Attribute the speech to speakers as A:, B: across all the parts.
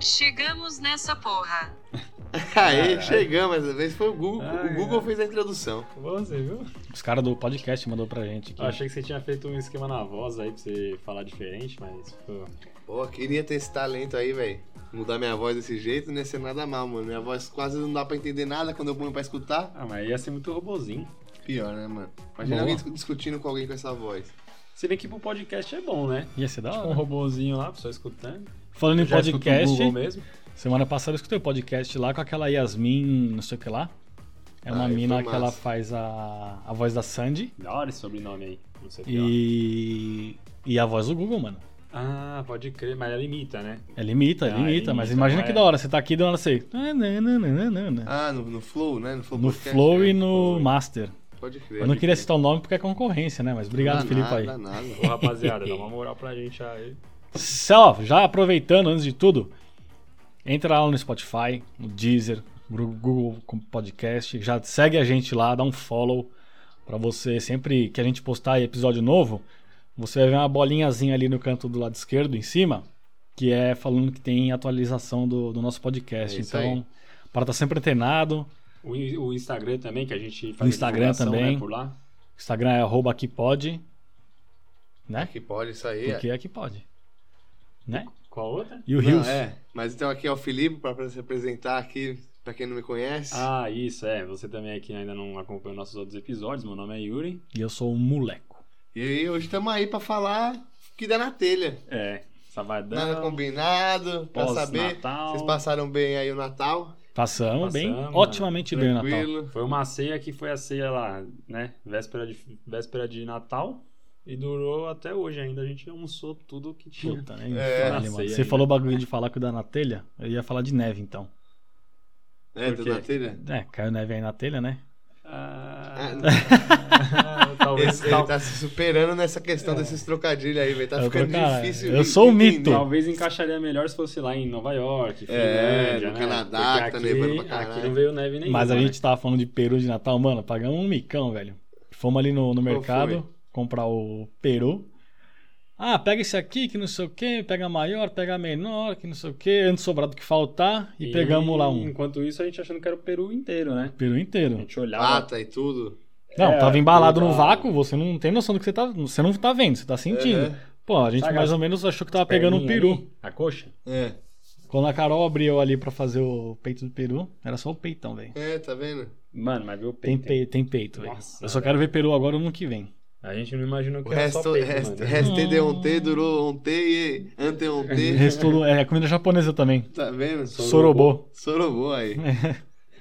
A: Chegamos nessa porra.
B: Aê,
C: Caralho.
B: chegamos. Essa vez foi o Google.
C: Ah,
B: o Google
C: é.
B: fez a introdução.
C: Você, viu?
D: Os caras do podcast mandou pra gente aqui.
C: Eu achei que você tinha feito um esquema na voz aí pra você falar diferente, mas ficou.
B: Pô, queria ter esse talento aí, velho. Mudar minha voz desse jeito não ia ser nada mal, mano. Minha voz quase não dá pra entender nada quando eu ponho pra escutar.
C: Ah, mas ia ser muito robozinho.
B: Pior, né, mano? Imagina
D: Boa.
B: alguém discu- discutindo com alguém com essa voz.
C: Se bem que pro podcast é bom, né?
D: Ia ser da
C: Tipo
D: hora.
C: um robozinho lá, pessoal escutando.
D: Falando em
C: Já escuta o
D: podcast,
C: Google mesmo.
D: semana passada eu escutei o podcast lá com aquela Yasmin, não sei o que lá. É uma
B: Ah,
D: mina
B: foi
D: que
B: massa.
D: ela faz a, a voz da Sandy
C: Da hora esse sobrenome aí. Não sei o que lá.
D: e, e a voz do Google, mano.
C: Ah, pode crer, mas ela imita, né?
D: Ela imita,
C: Ah,
D: ela imita,
C: imita,
D: mas imagina
C: não
D: que
C: é?
D: da hora, você tá aqui e do nada você. No
B: Ah, no, no Flow, né? No Flow, Ah, podcast,
D: Flow
B: né?
D: e no
B: Flow.
D: Master.
B: Pode crer.
D: Eu não queria
B: Não
D: citar o nome porque é concorrência, né? Mas obrigado,
B: dá
D: Felipe
B: nada,
D: aí. É?
B: dá nada.
C: Ô, rapaziada, dá uma moral pra gente aí.
D: Só, já aproveitando antes de tudo, entra lá no Spotify, no Deezer, no Google Podcast, já segue a gente lá, dá um follow pra você sempre que a gente postar episódio novo, você vai ver uma bolinhazinha ali no canto do lado esquerdo em cima, que é falando que tem atualização do, do nosso podcast.
B: É isso
D: então,
B: aí.
D: para estar sempre antenado,
C: O, in- o Instagram também, que a gente faz
D: O Instagram
C: divulgação,
D: também.
C: né, por lá.
D: Instagram é arroba aqui pode, né?
B: é Que pode sair.
D: Porque aqui pode. Né?
C: Qual outra?
D: E o Rios.
B: é. Mas então aqui é o Felipe pra se apresentar aqui, pra quem não me conhece.
C: Ah, isso, é. Você também aqui ainda não acompanhou nossos outros episódios. Meu nome é Yuri.
D: E eu sou um moleco.
B: E hoje estamos aí pra falar o que dá na telha.
C: É,
B: Nada
C: sabadão,
B: combinado, pra saber.
C: pós-natal.
B: Vocês passaram bem aí o Natal?
C: Passamos,
D: Passamos, bem,
C: né?
D: otimamente bem o Natal.
B: Tranquilo.
C: Foi uma ceia que foi a ceia lá, né? Véspera de, véspera de Natal. E durou até hoje ainda. A gente almoçou tudo que tinha.
D: Puta, né?
B: É.
D: Caralho,
C: Nossa,
D: mano.
C: e
D: Você
C: aí,
D: falou o bagulho de falar que dá na telha, eu ia falar de neve então.
B: É,
C: Por
B: do
C: quê?
B: na telha?
D: É, caiu neve aí na telha, né?
C: Ah, ah,
B: Ele,
C: talvez, tal-
B: ele tá se superando nessa questão desses trocadilhos aí, velho. Tá
D: Eu
B: ficando
D: tô, cara,
B: difícil.
D: eu
B: de
D: sou o
B: entender.
D: mito.
C: talvez encaixaria melhor se fosse lá em Nova York,
B: É,
C: Finlândia,
B: no
C: né?
B: Canadá,
C: Porque
B: que tá
C: aqui-
B: nevando pra caralho.
C: Aqui não veio neve nenhuma.
D: Mas a
C: né?
D: gente tava falando de peru de Natal, mano, pagamos um micão, velho. Fomos ali no, no mercado comprar o peru. Ah, pega esse aqui que não sei o que, pega a maior, pega a menor, que não sei o que, antes sobrar do que faltar, e, pegamos lá um
C: Enquanto isso, a gente achando que era o Peru inteiro, né?
D: peru
C: A
D: inteiro.
C: gente olhava.
B: Pata e tudo.
D: Não,
C: É,
D: tava embalado
C: tudo
D: no
C: tá-
D: vácuo, você não tem noção do que você tá. Você não tá vendo, você tá sentindo.
B: Uhum.
D: Pô, a gente
C: Sabe
D: mais
C: as-
D: ou menos achou que tava pegando um
C: Perninha
D: peru.
C: ali, A coxa?
B: É.
D: Quando a Carol abriu ali pra fazer o peito do peru, era só o peitão, velho.
B: É, tá vendo?
C: Mano, mas viu o
D: Tem,
C: peito.
D: pe... tem peito, velho.
C: Nossa,
D: Eu só quero ver peru agora no ano que vem.
C: A gente não imaginou
B: O
C: que era só
B: resto,
C: peito,
B: resto,
C: mano.
B: resto de
D: Hum.
B: ontem durou ontem e anteontem.
D: Restou do... É comida japonesa também.
B: tá vendo?
D: Sorobô.
B: Sorobou aí.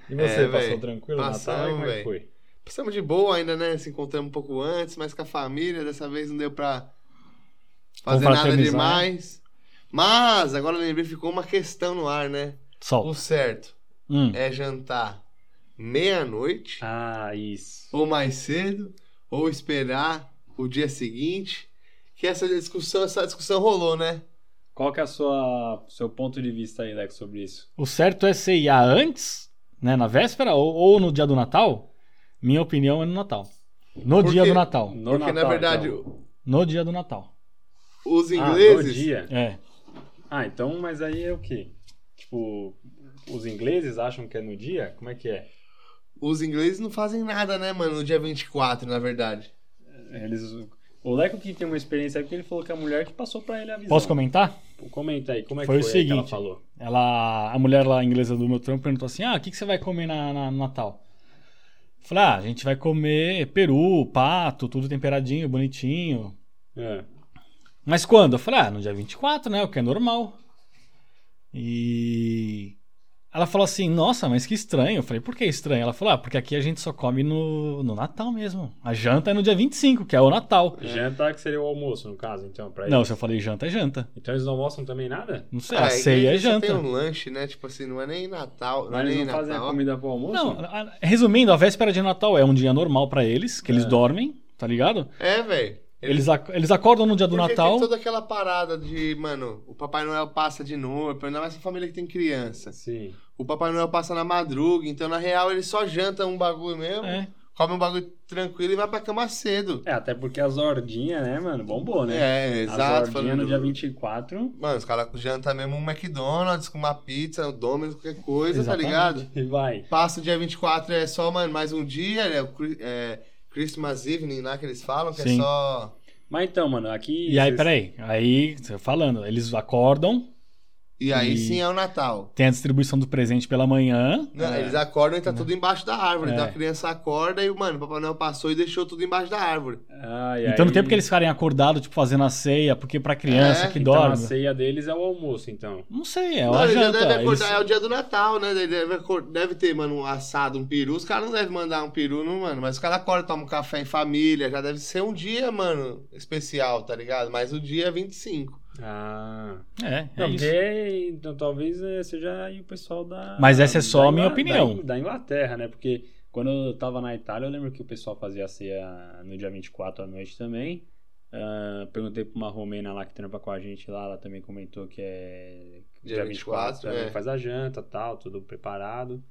C: E você,
B: É,
C: passou
B: véi.
C: tranquilo o Natal?
B: Passamos,
C: E como é
B: véi.
C: que foi?
B: Precisamos de boa ainda, né? Se encontramos um pouco antes, mas com a família, dessa vez não deu pra fazer
C: né?
B: nada
D: Confraternizar.
B: demais. Mas, agora eu lembrei, ficou uma questão no ar, né? O
D: Sol.
B: certo
D: Hum.
B: é jantar meia-noite,
C: Ah, isso.
B: ou mais cedo, ou esperar o dia seguinte. Que essa discussão, essa discussão rolou, né?
C: Qual que é a sua seu ponto de vista aí, Lex, sobre isso?
D: O certo é ser IA antes, né? Na véspera ou, ou no dia do Natal. Minha opinião é no Natal. No
B: Por
D: dia
B: quê?
D: do Natal.
C: No
B: Porque, na
C: Natal,
B: verdade,
C: então.
D: No dia do Natal.
B: os
C: Ah, no
B: ingleses.
C: dia.
D: É.
C: Ah, então, mas aí é o quê? Tipo, os ingleses acham que é no dia? Como é que é?
B: Os ingleses não fazem nada, né, mano? No dia 24, na verdade.
C: Eles... O Leco que tem uma experiência aí, porque ele falou que é a mulher que passou pra ele a visão.
D: Posso comentar?
C: Comenta aí, como é
D: Foi o
C: que foi aí que ela
D: seguinte.
C: falou?
D: Ela, a mulher lá inglesa do meu trampo perguntou assim: Ah, o que, que você vai comer na, na- no Natal? Eu Falei, ah, a gente vai comer peru, pato, tudo temperadinho, bonitinho.
C: É.
D: Mas quando? Eu falei, ah, no dia 24, né? O que é normal. E ela falou assim, nossa, mas que estranho. Eu falei, por que estranho? Ela falou, ah, porque aqui a gente só come no, no Natal mesmo. A janta é no dia 25, que é o Natal.
C: Jantar tá que seria o almoço, no caso, então, pra
D: Não,
C: eles.
D: se eu falei janta, é janta.
C: Então eles não mostram também nada?
D: Não sei,
B: Ah,
D: a
B: é que
D: ceia é
B: eles só
D: janta.
B: Tem um lanche, né? Tipo assim, não é nem Natal. Não é
C: Mas eles
B: nem
C: não fazem a
B: Natal.
C: comida pro almoço?
D: Não, a- a- resumindo, a véspera de Natal é um dia normal pra eles, que eles
C: É.
D: dormem, tá ligado?
B: É, velho.
D: Eles, ac- eles acordam no dia do
B: Porque
D: Natal.
B: Tem toda aquela parada de, mano, o Papai Noel passa de novo, ainda mais essa família que tem criança.
C: Sim.
B: O Papai Noel passa na madruga, então na real eles só jantam um bagulho mesmo,
D: É.
B: come um bagulho tranquilo e vai pra cama cedo.
C: É, até porque as hordinhas, né, mano? Bombou, né?
B: É, exato.
C: As hordinhas
B: falando-
C: no dia 24.
B: Mano, os caras jantam mesmo um McDonald's com uma pizza, um Domino's, qualquer coisa,
D: Exatamente.
B: tá ligado?
C: E vai.
B: Passa o dia 24, é só, mano, mais um dia, né? O Cri- é, Christmas Evening lá que eles falam, que
D: Sim.
B: é só.
C: Mas então, mano, aqui.
D: E aí,
C: vocês-
D: peraí. Aí, você falando, eles acordam,
B: E aí
D: E-
B: sim é o Natal.
D: tem a distribuição do presente pela manhã.
B: Não,
C: É.
B: Eles acordam e tá tudo embaixo da árvore.
D: É.
B: Então a criança acorda e, mano, o Papai Noel passou e deixou tudo embaixo da árvore.
C: Ah, e
D: então não
C: aí-
D: tem porque eles ficarem acordados, tipo, fazendo a ceia, porque pra criança
B: É,
D: que
C: então,
D: dorme.
C: a ceia deles é o almoço, então.
D: Não sei, é
B: não,
D: uma
B: ele já
D: janta.
B: deve
D: eles-
B: acordar, é o dia do Natal, né? Ele deve, acor- deve ter, mano, um assado, um peru. Os caras não devem mandar um peru, não, mano. Mas os caras acordam, tomam um café em família. Já deve ser um dia, mano, especial, tá ligado? Mas o dia é 25.
C: Ah.
D: É, é
C: Não,
D: isso.
C: porque, então, talvez né, seja aí o pessoal da.
D: Mas essa é só
C: da
D: a minha
C: Ingla-
D: opinião.
C: Da, In- da Inglaterra, né? Porque quando eu tava na Itália, eu lembro que o pessoal fazia a ceia no dia 24 à noite também. Ah, perguntei pra uma romena lá que trampa com a gente lá, ela também comentou que é.
B: Dia 24,
C: também
B: é.
C: faz a janta tal, tudo preparado.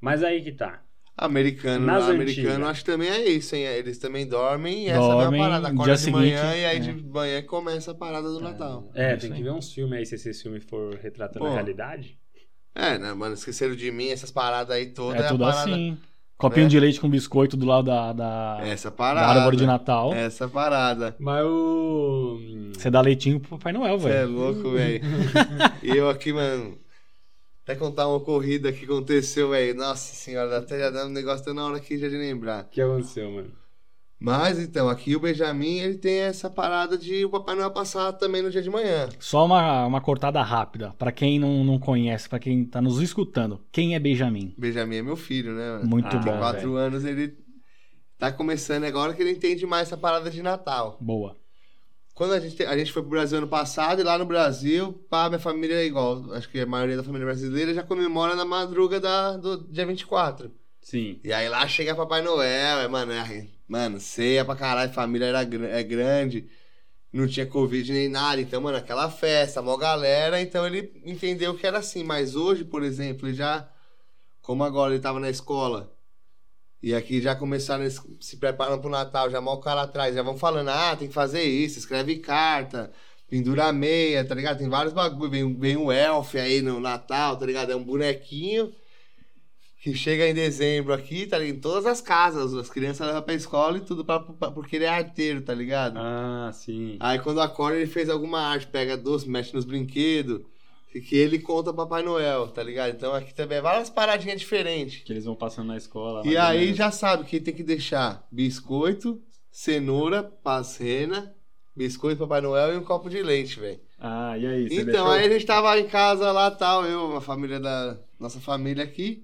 C: Mas aí que tá.
B: Americano,
C: Nas
B: americano,
C: antigas.
B: acho que também é isso, hein? Eles também dormem e essa é a
D: Dormem,
B: mesma parada.
D: dia
B: Acorda de
D: seguinte,
B: manhã e aí
D: é.
B: de manhã começa a parada do Natal.
C: É,
D: É
C: tem
D: isso
C: que
D: aí.
C: ver uns filmes aí se esse filme for retratando a
B: Pô.
C: realidade.
B: É, né, mano? Esqueceram de mim, essas paradas aí todas.
D: É
B: a
D: tudo
B: parada-
D: assim. Copinho
B: né?
D: de leite com biscoito do lado da, da,
B: Essa
D: da
B: parada. É.
D: árvore de Natal.
B: Essa parada.
C: Mas o.
D: Você dá leitinho pro Papai Noel,
B: Você é
D: velho.
B: louco, velho. e eu aqui, mano. Até contar uma corrida que aconteceu, velho. Nossa senhora, até já dando um negócio tá na hora aqui já de lembrar.
C: O que aconteceu, mano?
B: Mas então, aqui o Benjamin, ele tem essa parada de o Papai Noel passar também no dia de manhã.
D: Só uma, uma cortada rápida. Pra quem não, não conhece, pra quem tá nos escutando, quem é Benjamin?
B: Benjamin é meu filho, né, mano?
D: Muito
C: Ah,
D: bom.
B: Tem quatro anos, ele tá começando agora que ele entende mais essa parada de Natal.
D: Boa.
B: Quando a gente, a gente foi pro Brasil ano passado, e lá no Brasil, pá, minha família é igual. Acho que a maioria da família brasileira já comemora na madruga da, do dia 24.
C: Sim.
B: E aí lá chega Papai Noel, é, mano, é, mano, ceia pra caralho, família era, gr- é grande, não tinha Covid nem nada. Então, mano, aquela festa, mó galera, então ele entendeu que era assim. Mas hoje, por exemplo, ele já. Como agora ele tava na escola. E aqui já começaram, eles se preparando pro Natal, já mó o cara atrás, já vão falando, ah, tem que fazer isso, escreve carta, pendura a meia, tá ligado? Tem vários bagulho, vem, vem um elf aí no Natal, tá ligado? É um bonequinho que chega em dezembro aqui, tá ligado? Em todas as casas, as crianças levam pra escola e tudo, pra, pra- porque ele é arteiro, tá ligado?
C: Ah, sim.
B: Aí quando acorda ele fez alguma arte, pega doce, mexe nos brinquedos, e que ele conta pro Papai Noel, tá ligado? Então aqui também é várias paradinhas diferentes.
C: Que eles vão passando na escola. mais
B: E
C: ou
B: aí
C: menos.
B: já sabe que tem que deixar biscoito, cenoura, pazena, biscoito Papai Noel e um copo de leite, velho.
C: Ah, e aí? Você
B: Então,
C: deixou...
B: aí a gente tava em casa lá, tal, eu, a família da nossa família aqui.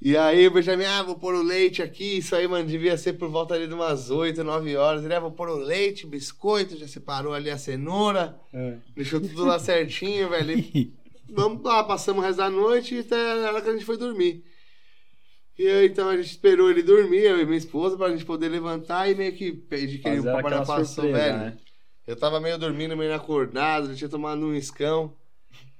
B: E aí o Benjamin, ah, vou pôr o leite aqui, isso aí, mano, devia ser por volta ali de umas 8, 9 horas. Ele, ah, vou pôr o leite, biscoito, já separou ali a cenoura,
C: É.
B: deixou tudo lá certinho, velho. E Vamos lá, passamos o resto da noite e até a hora que a gente foi dormir. E eu, então a gente esperou ele dormir, eu e minha esposa, pra gente poder levantar e meio que pedir que
C: Fazer
B: o Papai
C: aquela
B: Noel passou,
C: surpresa,
B: velho.
C: né?
B: Eu tava meio dormindo, meio acordado, já tinha tomado um escão.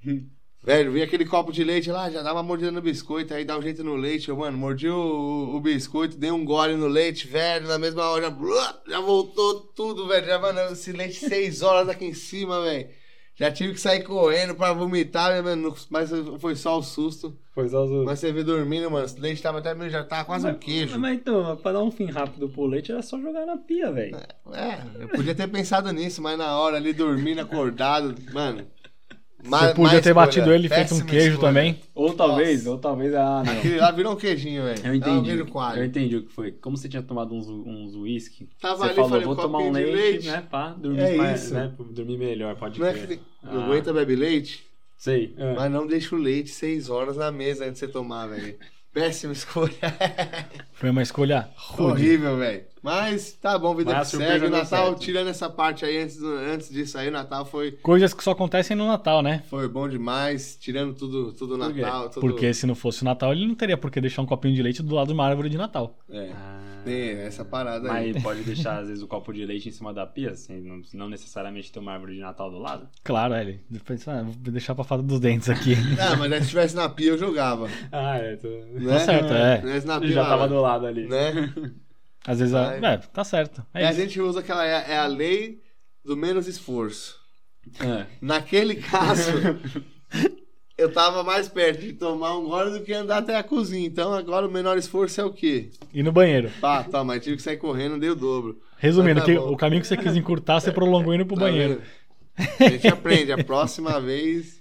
B: velho, vi aquele copo de leite lá, já dá uma mordida no biscoito, aí dá um jeito no leite. Eu, mano, mordi o, o- o biscoito, dei um gole no leite, velho, na mesma hora, já, já voltou tudo, velho. Já, mano, esse leite seis horas aqui em cima, velho. Já tive que sair correndo pra vomitar, né, mano, mas foi só o susto.
C: Foi só os...
B: Mas você vê dormindo, mano, o leite tava até meio, já tava quase um queijo.
C: Mas então, pra dar um fim rápido pro leite, era só jogar na pia, velho.
B: É, eu podia ter pensado nisso, mas na hora ali dormindo, acordado, mano.
D: Você podia ter batido ele e feito um queijo também.
C: Ou talvez,
B: Nossa.
C: ou talvez... Ah, não.
B: Aquele lá virou um queijinho, velho. Ah, um
C: Eu
B: Tava
C: entendi.
B: vendo o quadro.
C: Eu entendi o que foi. Como você tinha tomado uns, uns whisky,
B: Tava
C: você
B: ali,
C: falou,
B: falei,
C: vou
B: um
C: tomar um
B: copinho de
C: leite,
B: leite.
C: né? Pá, dormir,
B: É
C: mais,
B: isso.
C: né? Dormir melhor, pode
B: Não é
C: crer.
B: que
C: Ah.
B: não aguenta beber leite,
C: Sei. é.
B: mas não deixa o leite seis horas na mesa antes de você tomar, velho. Péssima escolha.
D: Foi uma escolha rude.
B: Horrível, velho. Mas tá bom, vida
C: Mas
B: que
C: a surpresa
B: segue. O
C: deu
B: Natal,
D: né?
C: certo.
B: tirando essa parte aí, antes, antes disso aí, o Natal foi,
D: Coisas que só acontecem no Natal, né?
B: foi bom demais. Tirando tudo, tudo o
C: Por quê?
B: Natal. Tudo...
D: Porque se não fosse o Natal, ele não teria por que deixar um copinho de leite do lado de uma árvore de Natal.
B: É,
C: Ah,
B: tem essa parada aí.
C: Mas pode deixar, às vezes, o copo de leite em cima da pia, assim, não, não necessariamente ter uma árvore de Natal do lado.
D: Claro, é, ele pensa, ah, vou deixar pra fada dos dentes aqui.
B: Ah, mas aí se tivesse na pia, eu jogava.
C: Ah, é. Tô...
B: Né?
D: tá certo, é.
B: Mas na
C: Ele
B: pia,
C: já
B: lá,
C: tava do lado ali.
B: Né?
D: Às vezes, a...
B: Vai.
D: é, tá certo.
B: É,
D: É
B: a
D: isso.
B: gente usa aquela. É, é a lei do menos esforço.
C: É.
B: Naquele caso, eu tava mais perto de tomar um gole do que andar até a cozinha. Então agora o menor esforço é o quê?
D: E no banheiro.
B: Pá, toma, eu tive que sair correndo, dei o dobro.
D: Resumindo,
B: Tá
D: que
B: bom.
D: o caminho que você quis encurtar, você prolongou indo pro
B: Tá
D: banheiro.
B: vendo? A gente aprende, a próxima vez.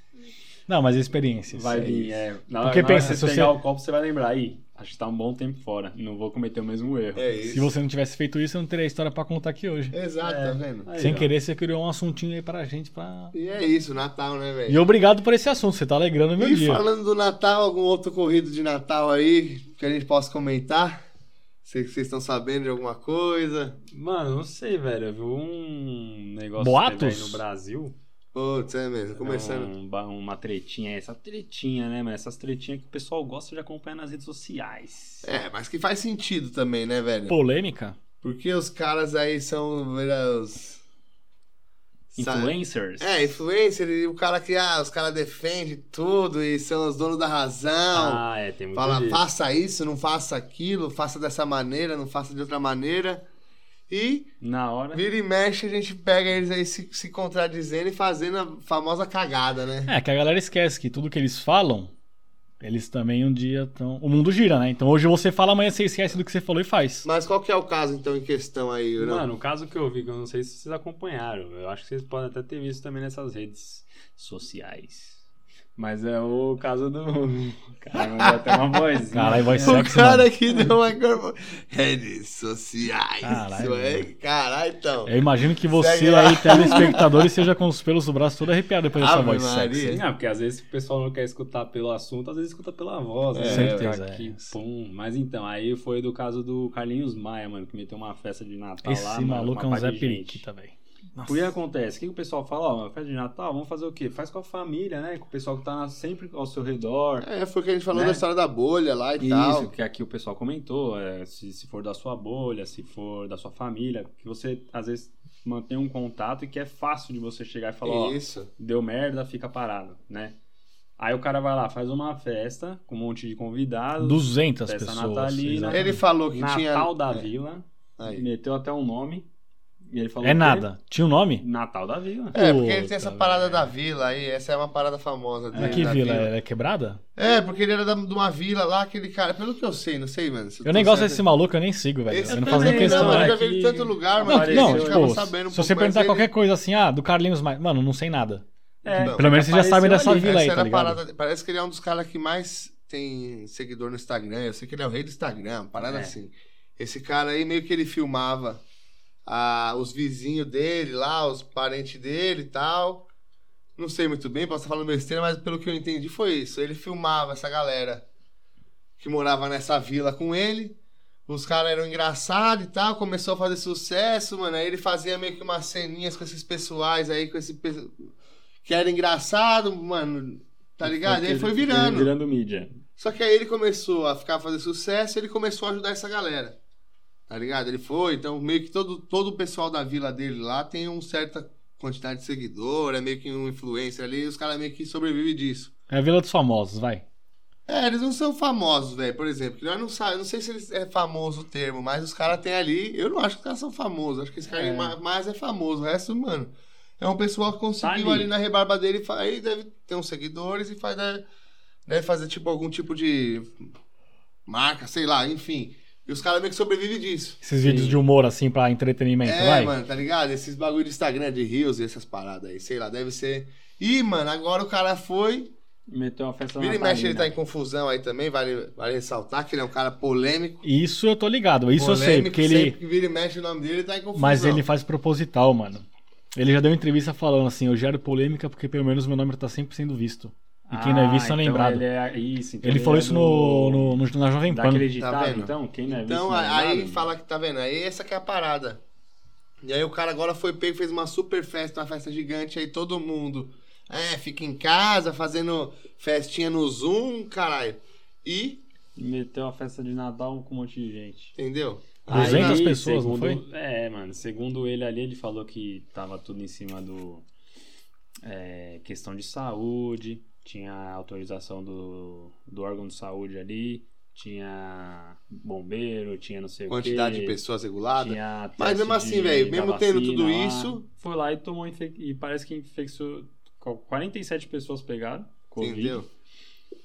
D: Não, mas experiências.
C: Vai
D: É
C: vir,
D: isso.
C: é. Na,
D: Porque
C: na
D: pensa,
C: hora que
D: se
C: você
D: você-
C: pegar o copo, você vai lembrar. Ih, acho que tá um bom tempo fora. Não vou cometer o mesmo erro.
B: É isso.
D: Se você É. não tivesse feito isso, eu não teria a história pra contar aqui hoje.
B: Exato, tá vendo?
C: Aí,
D: Sem
C: ó.
D: querer, você criou um assuntinho aí pra gente. Pra...
B: E é isso, Natal, né,
D: E
B: velho?
D: obrigado por esse assunto, você tá alegrando o meu
B: E
D: dia.
B: falando do Natal, algum outro corrido de Natal aí que a gente possa comentar? Sei que vocês estão sabendo de alguma coisa.
C: Mano, não sei, velho. Eu vi um negócio
D: Boatos?
C: que teve aí no Brasil.
B: Putz, é mesmo, começando.
C: Um, ba- uma tretinha, essa tretinha, né, mano? Essas tretinhas que o pessoal gosta de acompanhar nas redes sociais.
B: É, mas que faz sentido também, né, velho?
D: Polêmica?
B: Porque os caras aí são vera, os. Sabe?
C: Influencers.
B: É, influencer, e o cara que, ah, os caras defendem tudo e são os donos da razão.
C: Ah, é, tem muito
B: então, Fala,
C: disso.
B: faça isso, não faça aquilo, faça dessa maneira, não faça de outra maneira. E
C: Na hora.
B: vira e mexe, a gente pega eles aí se, se contradizendo e fazendo a famosa cagada, né?
D: É, que a galera esquece que tudo que eles falam, eles também um dia estão. O mundo gira, né? Então hoje você fala, amanhã você esquece do que você falou e faz.
B: Mas qual que é o caso, então, em questão aí, Irã?
C: Mano, o caso que eu vi, que eu não sei se vocês acompanharam, eu acho que vocês podem até ter visto também nessas redes sociais. Mas é o caso do. Caramba, deu até uma vozinha.
D: Caralho, voz
B: O
D: sexy,
B: cara
D: mano.
B: que deu uma corpo. Redes sociais.
D: Caralho, É
B: Isso é- Caralho, então.
D: Eu imagino que você
B: Segue lá.
D: aí, telespectador, esteja com os pelos do braço todo arrepiado depois dessa
B: Ave
D: voz
B: Maria.
D: sexy.
C: Não, porque às vezes o pessoal não quer escutar pelo assunto, às vezes escuta pela voz. né?
D: certeza,
C: Aqui,
D: é.
C: pum. Mas então, aí foi do caso do Carlinhos Maia, mano, que meteu uma festa de Natal
D: Esse
C: lá. mano,
D: maluco
C: com
D: é
C: uma
D: um
C: pá
D: Zé
C: de gente.
D: Periquita, velho. Nossa.
C: O que acontece? O que o pessoal fala? Ó, festa de Natal, vamos fazer o quê? Faz com a família, né? Com o pessoal que tá sempre ao seu redor.
B: É, foi o que a gente falou
C: Né?
B: da história da bolha lá e
C: Isso,
B: tal.
C: que aqui o pessoal comentou, é, se, se for da sua bolha, se for da sua família, que você às vezes mantém um contato e que é fácil de você chegar e falar, ó,
B: Isso.
C: deu merda, fica parado, né? Aí o cara vai lá, faz uma festa com um monte de convidados,
D: 200
C: Festa
D: pessoas.
C: natalina.
D: exatamente.
B: Ele falou que tinha. É,
C: Natal da Vila,
B: Aí.
C: meteu até um nome, e ele falou
D: É
C: o quê?
D: nada. Tinha um nome?
C: Natal da Vila.
B: É, porque ele tem essa
D: Puta,
B: parada
D: velho.
B: da vila aí, essa é uma parada famosa dele.
D: Mas que
B: da
D: vila? Ela é quebrada?
B: É, porque ele era da- de uma vila lá, aquele cara. Pelo que eu sei, não sei, mano. se
D: Eu nem
B: tô
D: gosto
B: certo.
D: desse maluco, eu nem sigo, velho.
B: Esse
D: Eu não
B: eu
D: faço nem
B: também,
D: questão,
B: não,
D: né?
B: eu já vi ele em tanto lugar, mas
C: Não,
B: que
D: Não,
B: eu
C: tipo,
B: ficava
D: tipo,
B: sabendo um
D: se
B: pouco,
D: você
B: mas
D: perguntar
B: ele-
D: qualquer coisa assim, ah, do Carlinhos Maia. Mano, não sei nada.
C: É,
B: Não,
D: Pelo menos você já
C: apareceu
D: sabe dessa
C: ali.
D: vila aí,
B: Essa era
D: tá
B: a
D: ligado?
B: parada- Parece que ele é um dos caras que mais tem seguidor no Instagram. Eu sei que ele é o rei do Instagram, uma parada
C: É.
B: assim. Esse cara aí meio que ele filmava ah, os vizinhos dele lá, os parentes dele e tal. Não sei muito bem, posso estar falando besteira, mas pelo que eu entendi foi isso. Ele filmava essa galera que morava nessa vila com ele. Os caras eram engraçados e tal, começou a fazer sucesso, mano. Aí ele fazia meio que umas ceninhas com esses pessoais aí, com esse. pe- que era engraçado, mano. Tá ligado? E aí foi virando.
C: Virando mídia.
B: Só que aí ele começou a ficar fazendo sucesso, ele começou a ajudar essa galera. Tá ligado? Ele foi, então meio que todo, todo o pessoal da vila dele lá tem uma certa quantidade de seguidor, é meio que um influencer ali, e os caras meio que sobrevivem disso.
D: É a Vila dos Famosos, vai.
B: É, eles não são famosos, velho, por exemplo. Nós não sabe, eu não sei se eles é famoso o termo, mas os caras têm ali. Eu não acho que os caras são famosos, acho que esse cara
C: É.
B: aí ma- mais é famoso. O resto, mano, é um pessoal que conseguiu
C: Tá ali.
B: ali. na rebarba dele e fa- aí deve ter uns seguidores e faz, deve, deve fazer tipo algum tipo de marca, sei lá, enfim. E os caras meio que sobrevivem disso.
D: Esses
C: Sim.
D: vídeos de humor, assim, pra entretenimento,
B: É,
D: vai.
B: mano, tá ligado? Esses bagulho de Instagram, de Reels e essas paradas aí, sei lá, deve ser. Ih, mano, agora o cara foi,
C: Meteu uma festa
B: Vira e
C: natalina.
B: mexe, ele tá em confusão aí também, vale, vale ressaltar que ele é um cara polêmico.
D: Isso eu tô ligado, isso eu sei,
B: polêmico,
D: porque ele.
B: Sempre que vira e mexe o nome dele, ele tá em confusão.
D: Mas ele faz proposital, mano. Ele já deu entrevista falando assim, eu gero polêmica porque pelo menos meu nome tá sempre sendo visto. E quem não é visto
C: Ah,
D: não é
C: então
D: lembrado.
C: Ele,
D: Ele,
C: é, isso, então ele
D: falou
C: é
D: isso no, no, no- na Jovem Pan.
C: Daquele
B: Tá
C: ditado,
B: vendo?
C: então, quem não é visto
B: Então,
C: não é
B: a- aí
D: né?
C: lembrado.
B: fala que tá vendo, aí essa que é a parada. E aí o cara agora foi pego, fez uma super festa, uma festa gigante, aí todo mundo. É, fica em casa fazendo festinha no Zoom, caralho. E,
C: Meteu uma festa de Natal com um monte de gente.
B: entendeu?
D: 200
C: Aí,
D: pessoas, não
C: segundo- É, mano. Segundo ele ali, ele falou que tava tudo em cima do. é, questão de saúde, tinha autorização do, do órgão de saúde ali, tinha bombeiro, tinha não sei
B: Quantidade
C: o quê.
B: de pessoas reguladas.
C: Tinha
B: Mas
C: teste
B: mesmo assim,
C: de-
B: velho,
C: da
B: mesmo tendo
C: vacina
B: tudo
C: lá.
B: isso-
C: Foi lá e tomou. infec- E parece que infectou. 47 pessoas pegaram. Covid,
B: Entendeu?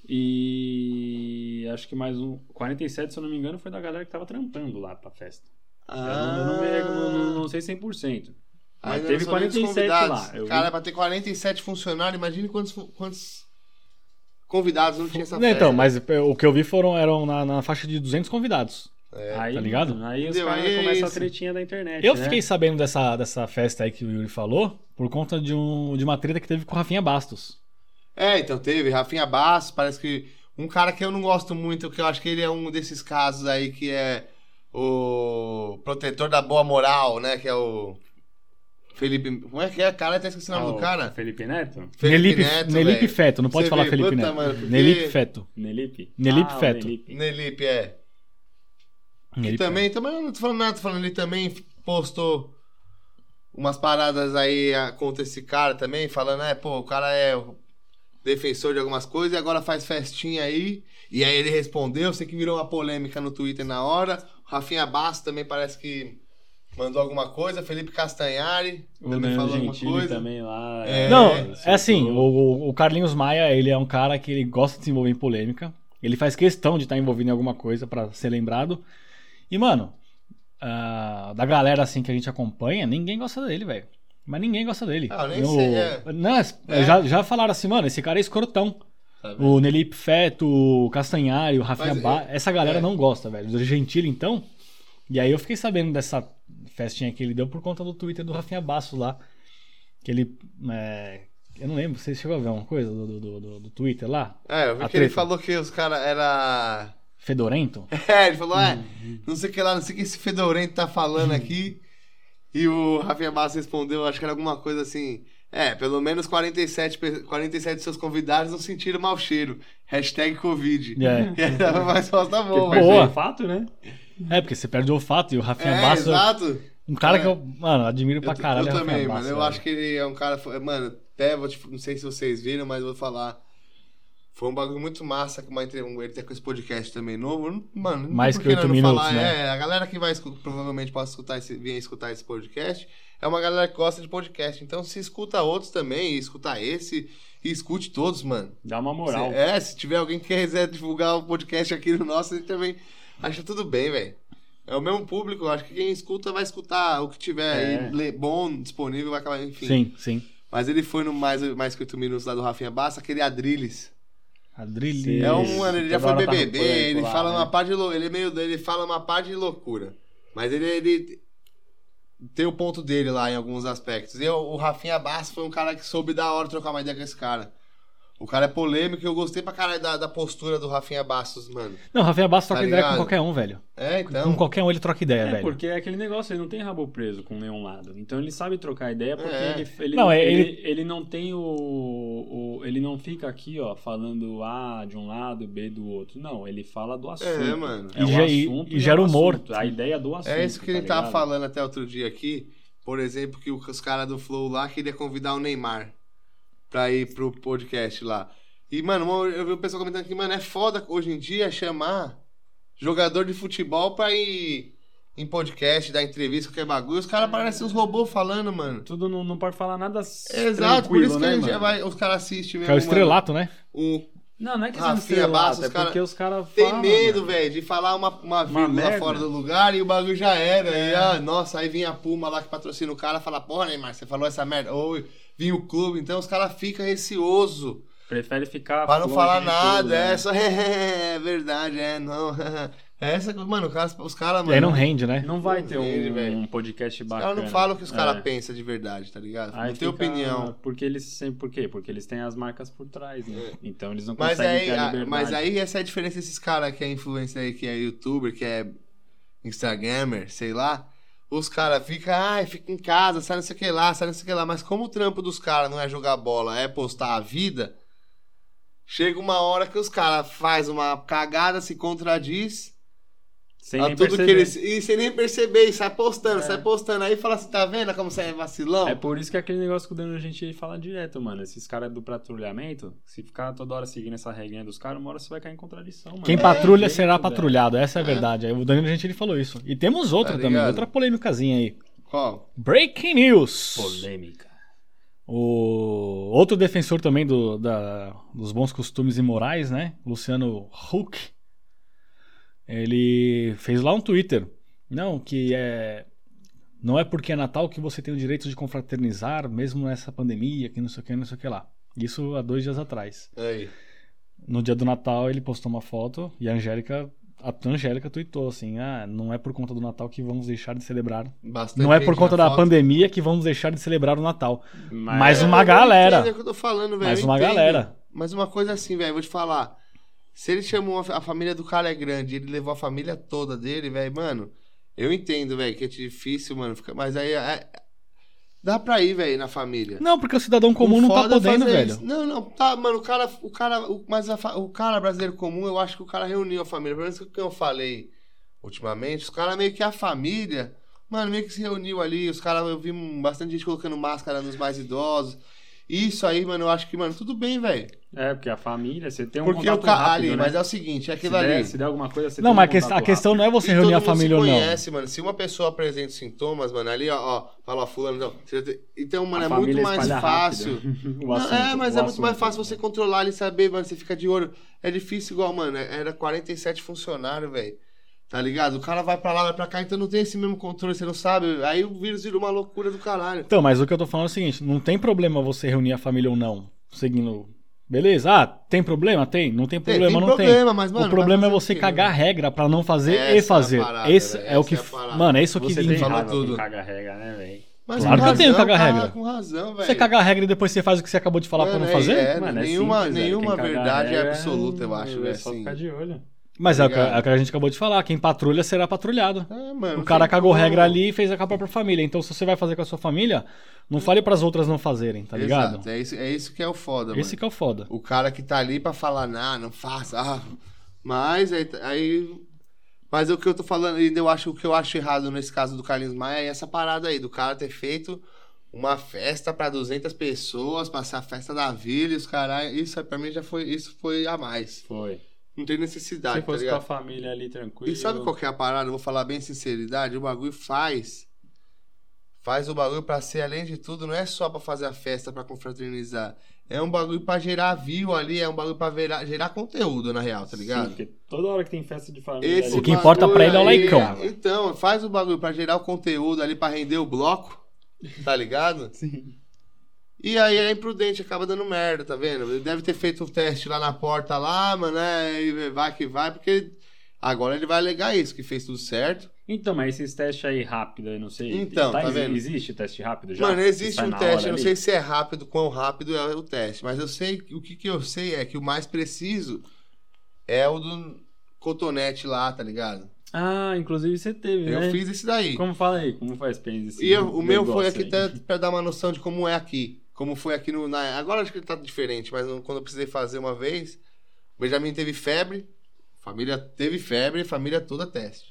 C: E acho que mais um. 47, se eu não me engano, foi da galera que tava trampando lá pra festa. Eu não, eu
B: Ah.
C: não, me- eu não, não sei 100%. Mas
B: Ainda
C: teve
B: não sabia dos
C: 47
B: convidados.
C: lá. Eu vi.
B: Cara, pra ter 47 funcionários, imagine quantos, fu- quantos convidados não tinha essa
D: Não,
B: festa.
D: então, mas o que eu vi foram eram na, na faixa de 200 convidados.
B: É.
C: aí,
D: tá ligado?
C: mano, Aí os
B: Entendeu?
C: caras
B: Aí é
C: começam a
B: isso.
C: tretinha da internet.
D: Eu
C: né?
D: fiquei sabendo dessa, dessa festa aí que o Yuri falou por conta de, um, de uma treta que teve com o Rafinha Bastos.
B: É, então teve Rafinha Bastos, parece que um cara que eu não gosto muito, que eu acho que ele é um desses casos aí que é o protetor da boa moral, né? Que é o Felipe. Como é que é, cara? Eu até esqueci o nome
C: Ah,
B: do cara.
C: Felipe Neto?
B: Felipe
D: Nelipe,
B: Neto,
D: Nelipe
B: velho.
D: Feto, não pode
B: Você
D: falar
B: vê,
D: Felipe
B: puta,
D: Neto.
B: mano, porque-
D: Nelipe Feto.
C: Nelipe?
D: Nelipe
C: Ah, o
D: Feto.
C: Nelipe.
B: Nelipe, é.
D: Nelipe
B: Ele também, também eu não tô falando nada, tô falando, ele também postou umas paradas aí ah, contra esse cara também, falando, é, pô, o cara é o defensor de algumas coisas e agora faz festinha aí. E aí ele respondeu, sei que virou uma polêmica no Twitter na hora. O Rafinha Basso também parece que mandou alguma coisa, Felipe Castanhari
C: O
B: também
C: Leandro
B: falou alguma
C: Gentili
B: coisa.
C: também lá.
B: É.
D: Não,
C: soltou.
D: é assim, o- o, o Carlinhos Maia, ele é um cara que ele gosta de se envolver em polêmica. Ele faz questão de estar envolvido em alguma coisa pra ser lembrado. E, mano, ah, da galera assim que a gente acompanha, ninguém gosta dele, velho. Mas ninguém gosta dele.
B: Ah, eu nem
D: Eu-
B: sei, é.
D: Não,
B: É.
D: Já, já falaram assim, mano, esse cara é escrotão.
B: Tá vendo?
D: O Nelipe Feto, o Castanhari, o Rafinha
B: Mas,
D: Ba... Essa galera
B: é.
D: não gosta, velho. Do Gentili, então. E aí eu fiquei sabendo dessa festinha que ele deu por conta do Twitter do Rafinha Basso lá. Que ele. é, Eu não lembro, você chegou a ver uma coisa do, do, do- do- do Twitter lá?
B: É, eu vi
D: A
B: que ele
D: treta.
B: falou que os caras era.
D: Fedorento?
B: É, ele falou, é, não sei o que lá, não sei o que esse fedorento tá falando aqui. E o Rafinha Massa respondeu, acho que era alguma coisa assim. É, pelo menos 47, pe- 47 de seus convidados não sentiram mau cheiro. Hashtag Covid.
D: É.
B: E aí tava uma resposta tá
C: Que
B: boa.
C: foi
D: Boa.
C: um fato, né?
D: é, porque você perde o olfato e o Rafinha
B: É,
D: Basso.
B: exato.
D: Um cara que
B: É.
D: eu, mano, admiro pra
B: Eu-
D: caralho.
B: Eu,
D: é o Rafinha
B: também, mano.
D: Basso,
B: eu
D: velho.
B: acho que ele é um cara. fo- Mano, até vou, tipo, não sei se vocês viram, mas vou falar. Foi um bagulho muito massa que uma entre- um- ele tem com esse podcast também novo. Eu não- Mano, não
D: Mais
B: por
D: que oito
B: não
D: minutos,
B: falar?
D: né?
B: É, a galera que vai escu- provavelmente possa escutar esse, vir escutar esse podcast é uma galera que gosta de podcast. Então se escuta outros também, e escuta esse e escute todos, mano.
C: Dá uma moral.
B: Se- é, se tiver alguém que quiser divulgar o podcast aqui no nosso, ele também acha tudo bem, velho. É o mesmo público, eu acho que quem escuta vai escutar o que tiver
C: É.
B: aí le- bom, disponível, vai acabar, enfim.
D: Sim, sim.
B: Mas ele foi no mais, mais que 8 minutos lá do Rafinha Bassa, aquele Adrilles.
D: Adrilli.
C: Sim.
B: É um,
C: Isso,
B: mano, ele já foi
C: toda hora tá
B: BBB,
C: rolando
B: ele
C: lá,
B: fala
C: né?
B: uma parte de lou- ele é meio, ele fala uma parte de loucura. Mas ele, ele tem o ponto dele lá em alguns aspectos. E o, o Rafinha Bastos foi um cara que soube da hora trocar uma ideia com esse cara. O cara é polêmico e eu gostei pra caralho da, da postura do Rafinha Bastos, mano.
D: Não, o Rafinha Basso troca
B: Tá
D: ideia com
B: ligado?
D: qualquer um, velho.
B: É,
D: Com
B: então.
D: qualquer um ele troca ideia,
C: É,
D: velho.
C: porque é aquele negócio, ele não tem rabo preso com nenhum lado. Então ele sabe trocar ideia porque
B: É.
C: ele, ele,
D: Não, é,
C: ele, ele não tem o, o- Ele não fica aqui, ó, falando A de um lado, B do outro. Não, ele fala do assunto.
B: mano.
C: É o
D: E ge-
C: assunto
D: e gera
C: é o
D: humor.
C: assunto, A ideia do assunto.
B: É isso que
C: tá
B: ele tava
C: ligado?
B: falando até outro dia aqui. Por exemplo, que o- os caras do Flow lá queriam convidar o Neymar pra ir pro podcast lá. E, mano, uma- eu vi o pessoal comentando que, mano, é foda hoje em dia chamar jogador de futebol pra ir em podcast, dar entrevista, qualquer bagulho. Os caras parecem uns robôs falando, mano.
C: Tudo não, não pode falar nada. s-
B: É Exato, por
C: tranquilo,
B: isso que
C: né,
B: a gente
C: mano?
B: vai- os caras assistem
D: Que
B: mesmo.
D: é o
B: mano. Um
D: estrelato, né?
B: O-
C: Não, não é que
B: Rafinha
C: seja estrelado,
B: Bastos,
C: é
B: os cara-
C: porque os caras
B: tem
C: falam,
B: medo,
C: mano.
B: velho, de falar uma, uma vírgula
C: merda. É.
B: fora do lugar e o bagulho já era. E, ah, nossa, aí vinha a Puma lá que patrocina o cara e fala, porra, Neymar, você falou essa merda. Ou vinha o clube, então os caras ficam receoso
C: Prefere ficar.
B: Pra não
C: longe
B: falar
C: de
B: nada,
C: tudo,
B: é
C: né?
B: só. É, verdade, é, não. É Essa, mano, os caras, os caras,
D: E aí
B: mano.
D: não rende, né?
C: Não vai ter
B: Entendi, velho.
C: um, um podcast
B: os
C: bacana.
B: caras não falam o que os caras
C: É.
B: pensam de verdade, tá ligado?
C: Aí
B: não tem
C: fica-
B: opinião.
C: Porque eles sempre. Por quê? Porque eles têm as marcas por trás, né? Então eles não
B: É. Mas
C: conseguem
B: aí,
C: ter a
B: a-
C: liberdade.
B: mas aí essa é a diferença desses caras que é influencer aí, que é youtuber, que é Instagrammer, sei lá. Os caras ficam, ai, fica em casa, sai não sei o que lá, sai não sei o que lá. Mas como o trampo dos caras não é jogar bola, é postar a vida, chega uma hora que os caras faz uma cagada, se contradiz
C: Sem
B: a
C: nem
B: tudo
C: perceber.
B: que eles. E sem nem perceber, e sai postando,
C: É.
B: sai postando. Aí fala assim, tá vendo como você é vacilão?
C: É por isso que aquele negócio que o Danilo Gentili fala direto, mano. Esses caras do patrulhamento, se ficar toda hora seguindo essa regrinha dos caras, uma hora você vai cair em contradição, mano.
D: Quem
C: Não
D: patrulha
C: tem jeito,
D: será
C: velho.
D: patrulhado, essa é a verdade. Aí o Danilo Gentili falou isso. E temos outra
B: Tá
D: também,
B: ligado?
D: outra polêmicazinha aí.
B: Qual?
D: Breaking news!
C: Polêmica.
D: O outro defensor também do- da- dos bons costumes e morais, né? Luciano Huck. Ele fez lá um Twitter. Não, que é. Não é porque é Natal que você tem o direito de confraternizar, mesmo nessa pandemia, que não sei o que, não sei o que lá. Isso há dois dias atrás.
B: Aí.
D: No dia do Natal ele postou uma foto e a Angélica. A Angélica tweetou assim: Ah, não é por conta do Natal que vamos deixar de celebrar.
B: Bastante
D: Não é por
B: gente
D: conta
B: na
D: da
B: foto.
D: pandemia que vamos deixar de celebrar o Natal.
C: Mas,
D: Mais
B: É,
D: uma
B: eu
D: galera.
B: entendo o que eu tô falando, velho,
D: Mais
B: eu
D: uma
B: entendo.
D: galera.
B: Mas uma coisa assim, velho, vou te falar. Se ele chamou a fa- a família do cara é grande, ele levou a família toda dele, velho, mano. Eu entendo, velho, que é difícil, mano. fica- Mas aí é- dá pra ir, velho, na família.
D: Não, porque o cidadão comum
B: O
D: não tá
B: foda é
D: podendo,
B: fazer
D: velho.
B: isso. Não, não, tá, mano, o cara, o cara, o, mas a fa- o cara brasileiro comum, eu acho que o cara reuniu a família. Pelo menos o que eu falei ultimamente, os caras meio que a família, mano, meio que se reuniu ali. Os caras, eu vi um- bastante gente colocando máscara nos mais idosos. Isso aí, mano, eu acho que, mano, tudo bem, velho.
C: É, porque a família, você tem um
B: Porque o
C: contato
B: cara
C: rápido,
B: ali,
C: né?
B: mas é o seguinte, é
C: se,
B: aquilo
C: der,
B: ali.
C: se der alguma coisa, você
D: Não,
C: tem
D: mas a,
C: um
D: que-
C: contato
D: a questão não é você
B: E
D: reunir
B: todo
D: a
B: mundo
D: família
B: se
D: ou não.
B: conhece, mano. Se uma pessoa apresenta sintomas, mano, ali, ó, ó, fala, ó, fulano, então, você tem- então, mano,
C: A
B: é
C: família
B: muito mais
C: espalha
B: fácil.
C: rápido. O
B: Não,
C: assunto,
B: é, mas
C: o
B: é muito mais
C: assunto. né?
B: fácil você controlar e saber, mano. Você fica de olho. É difícil igual, mano. Era 47 funcionários, velho. Tá ligado? O cara vai pra lá, vai pra cá, então não tem esse mesmo controle, você não sabe. Aí o vírus vira uma loucura do caralho.
D: Então, mas o que eu tô falando é o seguinte: não tem problema você reunir a família ou não, seguindo. Beleza? Ah, tem problema? Tem. Não
B: Tem,
D: tem problema,
B: tem
D: não tem.
B: problema, mas, mano.
D: o problema
B: vai
D: é
B: fazer
D: você
B: quê,
D: cagar a
B: mano?
D: regra pra não fazer
B: Essa é
D: e
B: a
D: fazer.
B: parada,
D: Esse
B: velho,
D: é o
B: essa
D: que.
B: é a parada.
D: mano, é isso que.
C: Você tem
B: Falou
C: raiva
B: tudo.
C: com caga-rega, né, velho?
B: Mas
D: Claro
B: com
D: que eu tenho
B: razão,
D: cagar
B: cara,
D: regra.
B: Com razão, velho.
D: Você caga a regra e depois você faz o que você acabou de falar pra
B: Mano,
D: não
B: é-
D: fazer?
B: é,
C: Mano, é
B: nenhuma
C: simples, velho.
B: nenhuma
C: Quem caga
B: verdade é
C: regra
B: absoluta, eu acho. É,
C: É só
B: assim.
C: ficar de olho.
D: mas é o, que,
B: Obrigado.
D: é o que a gente acabou de falar: quem patrulha será patrulhado.
B: É, mano,
D: O
B: não
D: cara
B: tem
D: cagou
B: como.
D: regra ali e fez com a própria família. Então, se você vai fazer com a sua família, não fale pras outras não fazerem, tá ligado?
B: Exato, é isso, é isso que é o foda, mano.
D: Esse que é o foda.
B: O cara que tá ali pra falar, não, não faça. ah." Mas aí, aí- Mas o que eu tô falando, ainda eu acho o que eu acho errado nesse caso do Carlinhos Maia é essa parada aí, do cara ter feito uma festa pra 200 pessoas, passar a festa da vila e os caralho. Isso aí pra mim já foi. Isso foi a mais.
C: Foi.
B: Não tem
C: Se
B: necessidade, tá
C: fosse com a
B: ligado?
C: família ali tranquilo.
B: E sabe qual que é a parada? Eu vou falar bem sinceridade, o bagulho faz. Faz o bagulho pra ser, além de tudo, não é só pra fazer a festa, pra confraternizar. É um bagulho pra gerar view ali, é um bagulho pra gerar, gerar conteúdo, na real, tá ligado?
C: Sim, porque toda hora que tem festa de família.
B: Esse
D: O que
B: bagulho
D: importa pra ele é o
B: aí,
D: laicão.
B: Então, faz o bagulho pra gerar o conteúdo ali, pra render o bloco, tá ligado?
C: Sim.
B: E aí é imprudente, acaba dando merda, tá vendo? Ele deve ter feito o teste lá na porta lá, mano, né? E vai que vai, porque agora ele vai alegar isso, que fez tudo certo.
C: Então, mas esses testes aí rápido, eu não sei.
B: Então, tá
C: exi-
B: vendo?
C: Existe teste rápido já?
B: Mano,
C: Que
B: existe
C: sai
B: um
C: na
B: teste,
C: hora
B: eu não
C: ali?
B: sei se é rápido, quão rápido é o teste, mas eu sei, o que, que eu sei é que o mais preciso é o do cotonete lá, tá ligado?
C: Ah, inclusive você teve, né?
B: Eu fiz esse daí.
C: Como fala aí, como faz experiência?
B: E eu- o meu foi aqui
C: até.
B: tanto pra dar uma noção de como é aqui. Como foi aqui no. na- agora acho que tá diferente, mas não- quando eu precisei fazer uma vez, o Benjamin teve febre, família teve febre, família toda teste.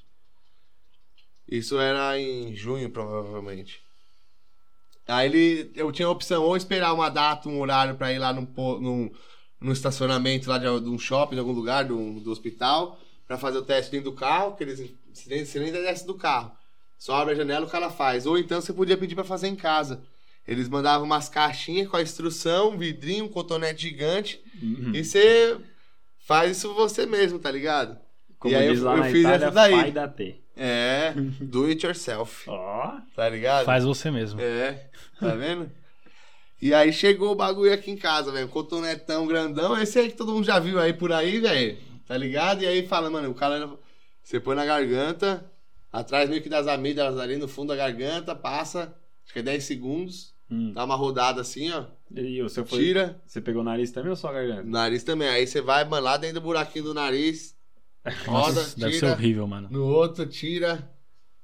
B: Isso era em junho, provavelmente. Aí ele, eu tinha a opção ou esperar uma data, um horário pra ir lá num, po- num, num estacionamento lá de, al- de um shopping, de algum lugar, do, do hospital, pra fazer o teste dentro do carro, que eles se nem, se nem desce do carro. Só abre a janela o cara faz. Ou então você podia pedir pra fazer em casa. Eles mandavam umas caixinhas com a instrução, um vidrinho, um cotonete gigante.
C: Hum. Uhum.
B: E você faz isso você mesmo, tá ligado?
C: Como
B: e aí eu-
C: diz lá
B: eu
C: na
B: fiz
C: Itália,
B: essa daí.
C: Fai da T.
B: É, do it yourself,
C: Ó,
B: tá ligado?
D: Faz você mesmo.
B: É, tá vendo? E aí chegou o bagulho aqui em casa, velho. Um cotonetão grandão. Esse aí que todo mundo já viu aí por aí, velho. Tá ligado? E aí fala, mano, o cara. Você põe na garganta, atrás meio que das amígdalas ali no fundo da garganta, passa, acho que é 10 segundos,
C: Hum.
B: dá uma rodada assim, ó.
C: E o seu foi.
B: Tira.
C: Você pegou o nariz também ou só a garganta?
B: Nariz também. Aí você vai, mano, lá dentro do buraquinho do nariz. Roda,
D: Nossa, deve ser
B: tira.
D: horrível, mano.
B: No outro, tira.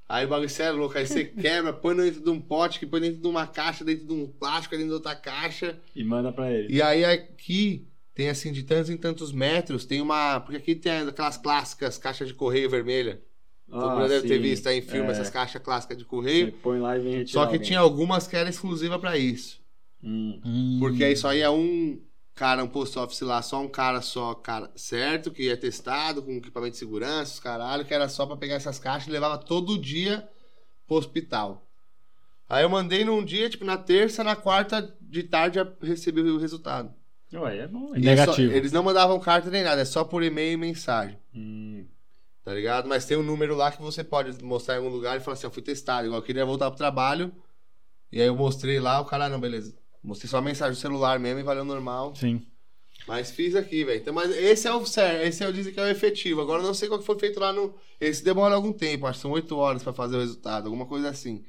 B: Aí o bagulho cê é louco. Aí você quebra, põe dentro de um pote, que põe dentro de uma caixa, dentro de um plástico, dentro de outra caixa.
C: E manda pra ele.
B: E aí aqui tem assim, de tantos em tantos metros, tem uma. Porque aqui tem aquelas clássicas caixas de correio vermelha. Todo mundo
C: Ah,
B: deve ter
C: sim.
B: visto aí em filme
C: É.
B: essas caixas clássicas de
C: Você
B: correio.
C: põe lá e vem retirar.
B: Só que
C: alguém.
B: tinha algumas que era exclusiva pra isso.
C: Hum.
D: Hum.
B: Porque aí só ia um cara, um post office lá, só um cara só, cara, certo, que ia testado, com equipamento de segurança, os caralho, que era só pra pegar essas caixas e levava todo dia pro hospital. Aí eu mandei num dia, tipo, na terça, na quarta de tarde eu recebi o resultado.
C: Ué, é bom.
D: E
C: hein?
B: E é só-
D: negativo.
B: eles não mandavam carta nem nada, é só por e-mail e mensagem,
C: Hum.
B: tá ligado? Mas tem um número lá que você pode mostrar em algum lugar e falar assim, eu fui testado, igual eu queria voltar pro trabalho. E aí eu mostrei lá, o cara, "Ah, não, beleza. Mostrei só a mensagem do celular mesmo e valeu normal.
D: Sim.
B: Mas fiz aqui, velho. Então, mas esse é o sério, esse é o dizem que é o efetivo. Agora eu não sei qual que foi feito lá no. Esse demora algum tempo, acho que são oito horas pra fazer o resultado, alguma coisa assim.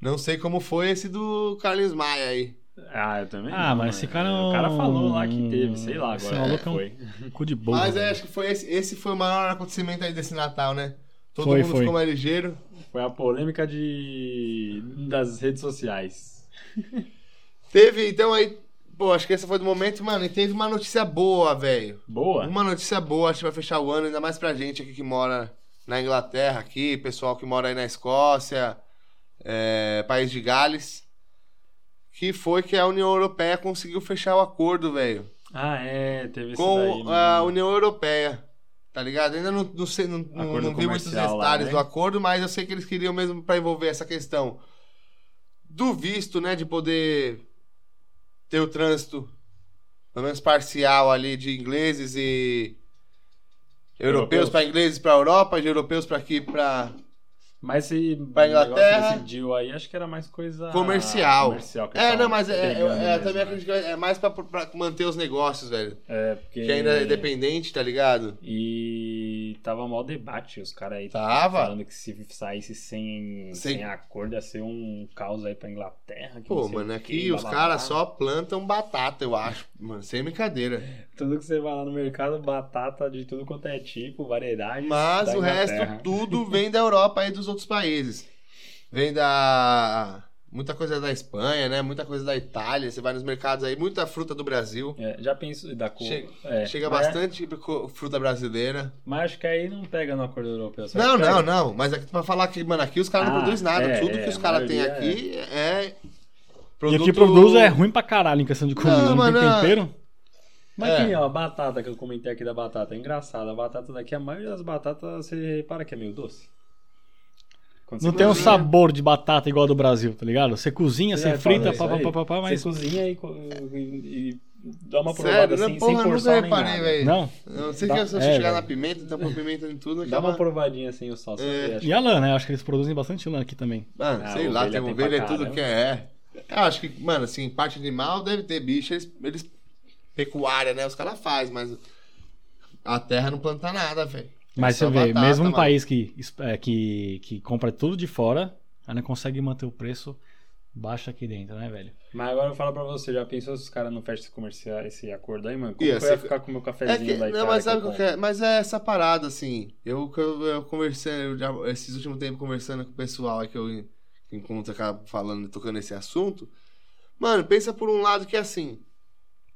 B: Não sei como foi esse do Carlos Maia aí.
C: Ah, eu também.
D: Ah,
C: não,
D: mas esse cara é um-
C: O cara falou lá que teve, sei lá
D: Esse
C: agora. né?
D: maluco é um-
C: foi.
D: Cu de boa.
B: mas é,
D: velho.
B: acho que foi esse, esse foi o maior acontecimento aí desse Natal, né? Todo
D: Foi,
B: mundo
D: foi.
B: ficou mais ligeiro.
C: Foi a polêmica de das redes sociais.
B: Teve, então aí. Pô, acho que essa foi do momento, mano. E teve uma notícia boa, velho.
C: Boa.
B: Uma notícia boa, acho que vai fechar o ano, ainda mais pra gente aqui que mora na Inglaterra, aqui, pessoal que mora aí na Escócia, é, País de Gales. Que foi que a União Europeia conseguiu fechar o acordo, velho.
C: Ah, é, teve
B: Com
C: esse daí.
B: a
C: né?
B: União Europeia. Tá ligado? Ainda não, não sei, não, não-
C: Acordo
B: não vi muitos
C: comercial
B: detalhes
C: lá, né?
B: do acordo, mas eu sei que eles queriam mesmo pra envolver essa questão do visto, né? De poder ter o trânsito, pelo menos parcial ali, de ingleses e. Europeus,
C: Europeus.
B: pra ingleses pra Europa, de europeus pra aqui pra.
C: Mas se
B: Pra Inglaterra.
C: decidiu aí, acho que era mais coisa
B: Comercial.
C: comercial que
B: É,
C: eles
B: não,
C: estavam
B: mas é, eu,
C: tá pegando
B: é,
C: mesmo,
B: também
C: né?
B: acredito que é mais pra, pra manter os negócios, velho.
C: É, porque
B: Que ainda é dependente, tá ligado?
C: E tava mal debate, os caras aí
B: Tava.
C: falando que se saísse sem,
B: Sem-
C: sem... acordo ia ser um caos aí pra Inglaterra. que não
B: Pô,
C: sei
B: mano,
C: o
B: aqui
C: quê,
B: os
C: bababá.
B: caras só plantam batata, eu acho. Mano, sem brincadeira.
C: Tudo que você vai lá no mercado, batata de tudo quanto é tipo, variedades.
B: Mas
C: da
B: o
C: Inglaterra.
B: resto tudo vem da Europa e dos outros países. Vem da. Muita coisa da Espanha, né? Muita coisa da Itália. Você vai nos mercados aí, muita fruta do Brasil.
C: É, já penso da cor.
B: Chega-
C: é,
B: Chega
C: mas-
B: bastante co- fruta brasileira.
C: Mas acho que aí não pega no acordo europeu. sabe?
B: Não,
C: Pega.
B: não, não. Mas aqui pra falar que, mano, aqui os caras não
C: Ah,
B: produzem nada.
C: é,
B: Tudo
C: é,
B: que os
C: a
B: caras têm
C: maioria
B: aqui é.
D: E
B: produto-
D: aqui produz é ruim pra caralho em questão de comida. Não,
B: mano,
D: tem
B: é-
D: tempero?
C: Mas
B: É.
C: aqui, ó, a batata que eu comentei aqui da batata. é Engraçado, a batata daqui, a maioria das batatas, você repara que é meio doce. Quando
D: Não
C: você
D: tem um
C: cozinha,
D: sabor de batata igual do Brasil, tá ligado? Você cozinha,
C: Você
D: você
C: já
D: frita,
C: falou
D: pá,
C: isso
D: pá,
C: aí?
D: pá, pá, pá, mas.
C: Você cozinha e, co- e- e dá uma provada
B: Sério,
C: assim,
B: né? Porra,
C: sem
B: eu nunca
C: forçar nem
B: reparei,
C: nada.
B: velho.
D: Não?
B: Não sei
C: Dá-
B: que se você
D: é,
B: chegar na
D: velho.
B: pimenta, então põe pimenta em tudo.
C: Dá
B: acaba-
C: uma provadinha sem o sal. você
B: É.
C: vê, acho
D: E a lã, né? Acho que eles produzem bastante lã aqui também.
B: Mano,
C: Ah,
B: sei lá,
C: ovelha
B: tem
C: tem
B: ovelha é
C: pra
B: tudo
C: caramba.
B: que é. Eu acho que, mano, assim, parte animal deve ter bicho, eles, eles pecuária, né? Os caras fazem, mas a terra não planta nada, velho.
D: Mas
B: Essa é
D: você vê,
B: batata,
D: mesmo um
B: mano.
D: país que, es- é, que, que compra tudo de fora, ainda consegue manter o preço baixo aqui dentro, né, velho?
C: Mas agora eu falo pra você, já pensou se os caras não fecham esse comercial, esse acordo aí, mano? Como
B: Ia
C: que eu ia
B: ser-
C: ficar com o meu
B: É
C: cafezinho
B: que,
C: da Itália
B: não, mas sabe
C: eu
B: o que é? Mas é essa parada, assim. Eu, que eu, eu conversei, eu já- esses últimos tempos conversando com o pessoal aí que eu en- encontro, acaba falando, tocando esse assunto. Mano, pensa por um lado que é assim.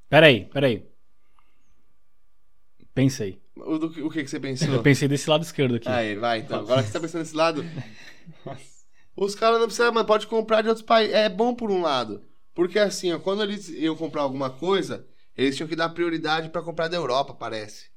D: Peraí, peraí. Pensei.
B: O, do que- o que, que você
D: Eu
B: pensou?
D: pensei desse lado esquerdo aqui.
B: Aí, vai então. Agora que você tá pensando nesse lado. Os caras não precisam, mas pode comprar de outros países. É bom por um lado. Porque assim, ó, quando eles iam comprar alguma coisa, eles tinham que dar prioridade pra comprar da Europa, parece.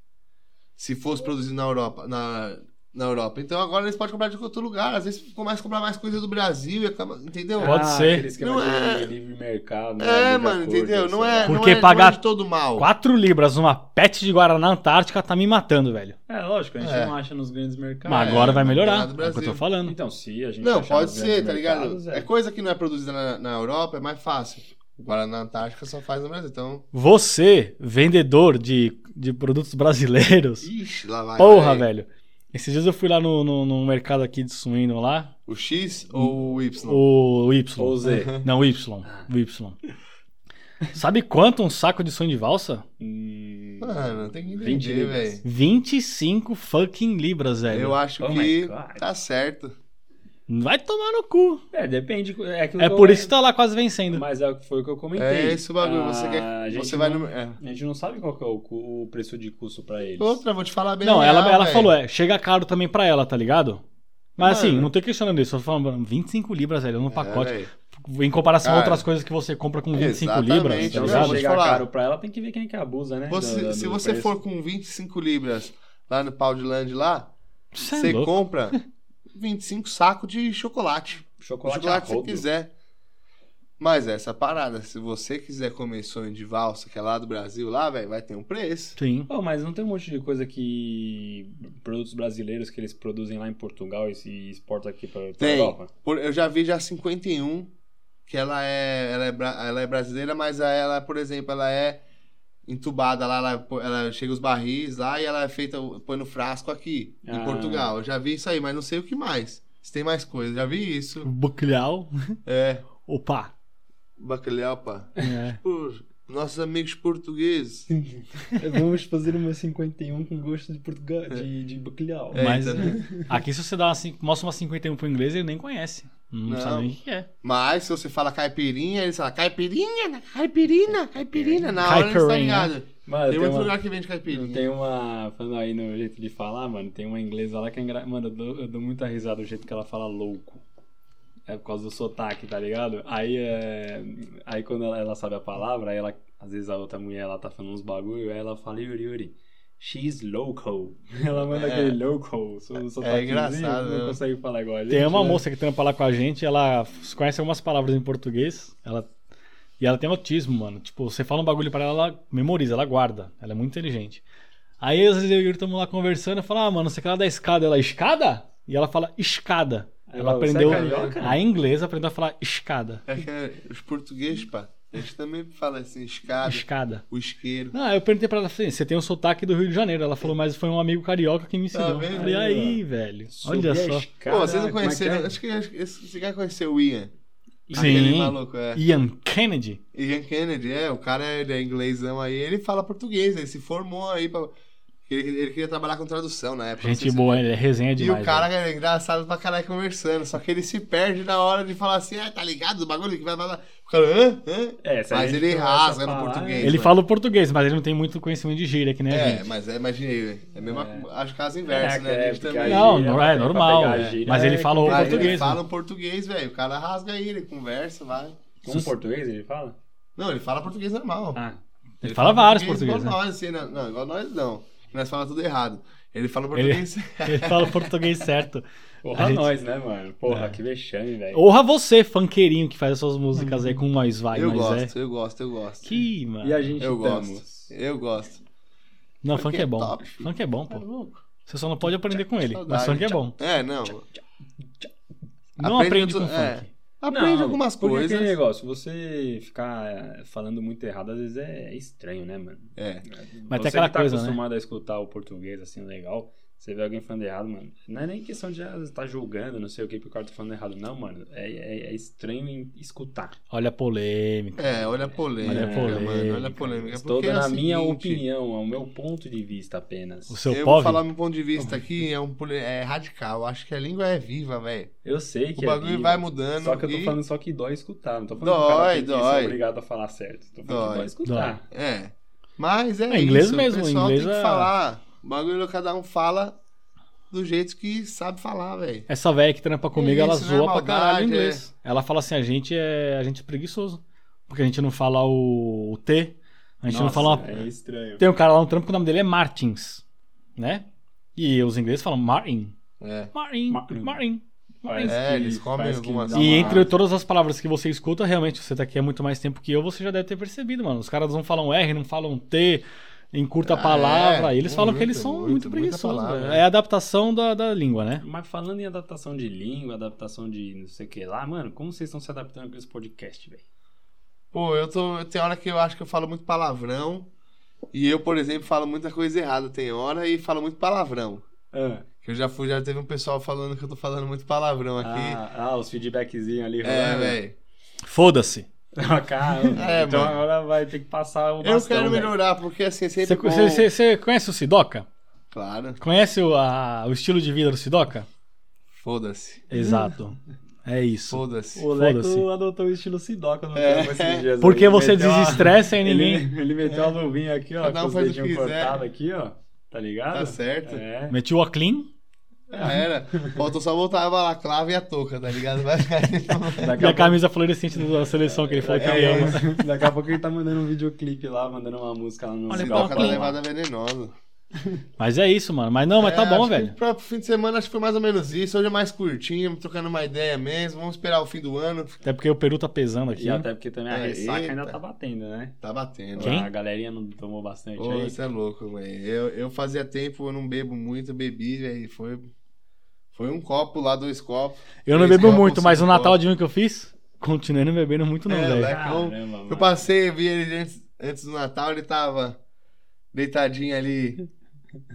B: Se fosse produzido na Europa. Na, na Europa. Então agora eles podem comprar de outro lugar. Às vezes começa a comprar mais coisa do Brasil e acaba. Entendeu?
D: Pode
C: Ah,
D: ser.
B: Não
C: não
B: é-
C: é... livre mercado, né?
B: É,
C: livre
B: mano,
C: acordo,
B: entendeu?
C: sei
B: Não
C: lá.
B: é, não
D: Porque
B: é, não
D: pagar
B: é de todo mal.
D: 4 libras numa pet de Guaraná Antártica tá me matando, velho.
C: É, lógico, a gente
B: É.
C: não acha nos grandes mercados.
D: Mas agora
B: é,
D: vai
B: não tem
D: melhorar.
B: nada do
D: É o que eu tô
B: Brasil.
D: falando.
C: Então, se a gente
B: Não,
C: achar
B: pode
C: nos grandes
B: ser, tá ligado?
C: mercados, é.
B: É coisa que não é produzida na, na Europa, é mais fácil. Guaraná Antártica só faz no Brasil. Então.
D: Você, vendedor de, de produtos brasileiros.
B: Ixi, lá vai.
D: Porra,
B: vai.
D: velho. Esses dias eu fui lá no, no, no mercado aqui de suíno lá.
B: O X ou o Y?
D: O Y.
C: Ou Z.
D: Não, o Y. O Y. Sabe quanto um saco de sonho de valsa?
C: Hum,
B: Mano, tem que
C: 20
B: entender,
C: libras.
B: velho.
D: 25 fucking libras, velho.
B: Eu acho
C: Oh my
B: que
C: God.
B: tá certo.
D: Vai tomar no cu.
C: É, depende. É, aquilo
D: É
C: que eu-
D: por isso que tá lá quase vencendo.
C: Mas é, foi o que eu comentei.
B: É esse o bagulho. Você
C: Ah, a
B: quer.
C: gente
B: Você vai
C: não-
B: no. é.
C: A gente não sabe qual que é o, cu- o preço de custo pra eles.
B: Outra, vou te falar bem.
D: Não,
B: real,
D: ela, ela
B: velho.
D: falou, é, chega caro também pra ela, tá ligado? Mas assim,
B: Mano.
D: não tô questionando isso, eu tô falando, mano, 25 libras, velho, no
B: É,
D: pacote.
B: velho.
D: em comparação a
B: Cara,
D: outras coisas que você compra com 25
B: exatamente,
D: libras, tá
C: Então,
B: eu
D: ligado?
B: vou
C: se
B: te
C: chegar
B: falar.
C: caro pra ela, tem que ver quem é que abusa, né?
B: Você-
C: do- do-
B: se
C: do
B: você
C: preço.
B: for com 25 libras lá no pau de land lá,
D: Cê é
B: você
D: louco.
B: compra 25 sacos de chocolate. O
C: chocolate,
B: chocolate que você
C: você
B: quiser. Mas essa parada, se você quiser comer sonho de valsa, que é lá do Brasil, lá, velho, vai ter um preço.
D: Sim.
C: Pô, mas não tem um monte de coisa que produtos brasileiros que eles produzem lá em Portugal e se exportam aqui pra, pra
B: Tem.
C: Europa?
B: Por- eu já vi já 51, que ela é, ela é, bra- ela é brasileira, mas a ela, por exemplo, ela é entubada lá, ela, pô- ela chega os barris lá e ela é feita, põe no frasco aqui,
C: Ah.
B: em Portugal. Eu já vi isso aí, mas não sei o que mais. Se tem mais coisa, já vi isso.
D: Bacalhau.
B: É,
D: Opa.
B: bacalhau, pá.
D: É.
B: Pô, nossos amigos portugueses.
C: Vamos fazer uma 51 com gosto de Portugal, de, de bacalhau.
B: É,
D: Mas
B: então.
D: aqui se você dá uma, cin- mostra uma 51 pro inglês, ele nem conhece. Não,
B: Não.
D: sabe nem o que é.
B: Mas se você fala caipirinha, eles falam caipirinha, caipirina, caipirina. Na hora eles estão
D: Caipirinha.
B: ligados.
C: Mano,
B: Tem
C: tem,
B: muito
C: uma,
B: lugar que vende caipirinha.
C: tem uma. Falando aí no jeito de falar, mano, tem uma inglesa lá que é engra... Mano, eu dou, eu dou muita risada do jeito que ela fala louco. É por causa do sotaque, tá ligado? Aí é. Aí quando ela, ela sabe a palavra, aí ela. Às vezes a outra mulher ela tá falando uns bagulho, aí ela fala, Yuri, Yuri. She's local. Ela manda
B: É.
C: aquele local. so- sotaquezinho,
B: engraçado,
C: Não
B: né?
C: consegue falar igual a gente.
D: Tem uma
C: né?
D: moça que trampa lá com a gente, ela f- conhece algumas palavras em português, ela e ela tem autismo, mano. Tipo, você fala um bagulho pra ela, ela memoriza, ela guarda. Ela é muito inteligente. Aí às vezes eu e o Yuri estamos lá conversando, eu falo, ah, mano, você quer lá da escada? Ela, escada? E ela fala, escada.
C: Aí
D: Ela
C: fala, "Você é
D: aprendeu,
C: carioca?"
D: a inglesa aprendeu a falar escada.
B: É que é, os portugueses, pá, eles também falam assim, escada,
D: Escada.
B: o isqueiro.
D: Ah, eu perguntei pra ela, falei, você tem um sotaque do Rio de Janeiro. Ela falou, mas foi um amigo carioca que me ensinou. Eu
B: vendo?
D: falei, aí, velho, olha
C: Subir a
D: só.
C: escada,
B: Pô, vocês não
C: como é que
B: conheceram,
C: é?
B: acho que acho que esse- você quer conhecer o Ian.
D: Sim.
B: Aquele maluco, é.
D: Ian Kennedy.
B: Ian Kennedy, é, o cara é, ele é inglêsão aí, ele fala português, ele se formou aí pra... Ele, ele queria trabalhar com tradução na época. não sei
D: Gente
B: se-
D: boa, ele é resenha
B: E
D: demais.
B: o cara é engraçado pra caralho conversando, só que ele se perde na hora de falar assim, ah, tá ligado o bagulho que vai falar. O cara, hã? Hã?
C: É, se a
B: Mas
C: gente
B: ele
C: começa a
B: rasga no
C: falar,
B: português.
D: Ele
B: né?
D: fala o português, mas ele não tem muito conhecimento de gíria, que nem a
B: É,
D: gente.
B: mas é, imaginei, velho. é mesmo acho que caso inverso,
C: É,
B: né? A gente
C: é, porque
B: também.
C: aí-
D: Não,
C: gíria,
D: não
C: pra
D: é
C: pegar
D: normal.
C: a gíria
D: mas ele
C: é
D: falou o
B: Ah,
C: complicado.
D: português.
B: Ele
D: né?
B: fala um português, velho. O cara rasga aí, ele conversa, vai.
C: Um português ele fala?
B: Não, ele fala português normal.
C: Ah,
D: ele fala vários
B: Igual
D: portugueses,
B: nós, assim, né? não, igual nós não. Nós falamos tudo errado. Ele fala português.
D: né? Ele fala o português certo.
C: porra,
D: A gente-
C: nós, né, mano? Porra, que vexame, velho.
D: Honra você, funkeirinho, que faz essas músicas aí com nós vai,
B: eu
D: nós é.
B: gosto, eu gosto, eu gosto.
D: Que, mano.
C: E a gente
B: Eu
C: estamos.
B: gosto. Eu gosto.
D: Não,
B: Funk
D: funk
B: é
D: é bom.
B: top.
D: Funk é bom,
B: Tá
D: pô.
B: louco?
D: Você só não pode aprender com ele. Mas
B: Saudade.
D: funk é bom.
B: É, não.
D: Não
B: Aprende
D: aprende com
B: tu- é.
D: funk.
B: Aprende
C: Não,
B: algumas
C: porque
D: é
B: coisas.
C: aquele negócio, você ficar eh, falando muito errado, às vezes é estranho, né, mano?
B: É.
D: Mas
C: você
D: tem aquela
C: que tá
D: coisa, né?
C: acostumado a escutar o português, assim, legal, você vê alguém falando errado, mano. Não é nem questão de estar julgando, não sei o que, porque o cara tá falando errado. Não, mano, é, é- é estranho em escutar.
D: Olha a polêmica.
B: É, olha a polêmica,
D: Olha
B: mano.
D: a
B: Olha
D: polêmica.
B: a polêmica.
C: Estou
B: porque é
C: dando
B: o
C: a minha
B: seguinte,
C: opinião, ao meu ponto de vista apenas.
D: O seu
B: Eu vou
D: povo.
B: falar meu ponto de vista aqui, é, um, poli- é radical. Eu Acho que a língua é viva, velho.
C: Eu sei que
B: O bagulho
C: é vivo,
B: vai mudando.
C: Só que eu tô
B: e-
C: falando só que dói escutar. Não tô falando que o
B: Dói,
C: cara tem que
B: dói.
C: ser obrigado a falar certo. Tô falando que
B: Dói.
C: dói escutar.
B: É. Mas é,
D: É inglês
B: isso,
D: mesmo,
B: O pessoal
D: inglês
B: tem que
D: é-
B: falar. O bagulho cada um fala do jeito que sabe falar, velho.
D: Essa velha que trampa comigo, ela
B: isso, não é
D: zoa pra
B: maldade,
D: caralho o inglês. Ela fala assim, a gente é, a gente é preguiçoso. Porque a gente não fala o, o T, a gente não
C: Nossa,
D: fala...
C: É estranho.
D: Tem um cara lá no trampo que o nome dele é Martins, né? E os ingleses falam Martin,
B: É.
C: Martin.
D: Martin, Martin, Martin.
C: Parece
B: É, eles comem
C: parece
B: algumas-
C: dá uma-
D: um E entre todas as palavras que você escuta, realmente, você tá aqui há muito mais tempo que eu, você já deve ter percebido, mano. Os caras não falam R, não falam T, encurta a
B: Ah,
D: palavra.
B: é.
D: e eles falam que
B: Muito,
D: eles são muito,
B: muito, muita
D: preguiçosos.
B: palavra.
D: velho. É a adaptação da, da língua, né?
C: Mas falando em adaptação de língua, adaptação de não sei o que lá, mano, como vocês estão se adaptando com esse podcast, velho?
B: Pô, eu tô. Tem hora que eu acho que eu falo muito palavrão. E eu, por exemplo, falo muita coisa errada. Tem hora e falo muito palavrão.
C: Ah,
B: Que eu já fui, já teve um pessoal falando que eu tô falando muito palavrão aqui.
C: ah, ah, os feedbackzinhos ali.
B: é,
C: rolando. Ah,
B: velho.
D: Foda-se.
C: Caramba,
B: É,
C: então
B: mano.
C: agora vai ter que passar o
B: Eu
C: bastão,
B: quero
C: velho.
B: melhorar, porque assim, é sempre.
D: Você
B: bom.
D: você- você conhece o Sidoca?
B: Claro.
D: Conhece o, a- o estilo de vida do Sidoca?
B: Foda-se.
D: Exato. É isso.
B: Foda-se.
C: O Leco
D: Foda-se.
C: adotou o estilo Sidoca no
B: É.
C: tempo esses dias.
D: Porque
C: Ele
D: você
C: meteu a-
D: desestressa e ninguém.
C: Ele, ele meteu a luvinha aqui, ó,
B: Cada um
C: com os
B: faz o que
C: dedinhos
B: quiser.
C: cortados aqui, ó. Tá ligado?
B: Tá certo.
C: É.
D: Metiu a clean.
B: Já era. Faltou só voltar a balaclava e a touca, tá ligado? Vai ficar.
D: E
C: Daqui
D: a
C: a, pouco,
D: camisa fluorescente da seleção que ele falou que
B: É,
C: daqui, a
D: ele ama.
C: pouco, daqui a pouco ele tá mandando um videoclipe lá, mandando uma música lá no
D: Olha,
B: Se
C: Sidoca
B: toca da
C: lá.
D: Balaclava.
B: levada venenosa.
D: Mas é isso, mano. Mas não, mas tá
B: É,
D: bom,
B: acho que
D: velho.
B: Pra fim de semana, acho que foi mais ou menos isso. Hoje é mais curtinho, trocando uma ideia mesmo. Vamos esperar o fim do ano.
D: Até porque o Peru tá pesando aqui.
C: E até porque também a
B: É,
C: ressaca ainda
B: eita.
C: tá batendo, né?
B: Tá batendo.
D: Quem?
C: A galerinha não tomou bastante
B: Ô,
C: aí.
B: isso é louco, velho. Eu, eu fazia tempo, eu não bebo muito, eu bebi, velho. Foi, foi um copo lá, dois copos.
D: Eu não
B: Três
D: bebo
B: copos,
D: muito, mas o
B: cinco
D: Natal
B: copos.
D: de um que eu fiz, continuei não bebendo muito, não,
B: É,
D: velho.
B: leque.
C: Caramba,
B: Eu
C: mano.
B: passei, vi ele antes, antes do Natal, ele tava deitadinho ali,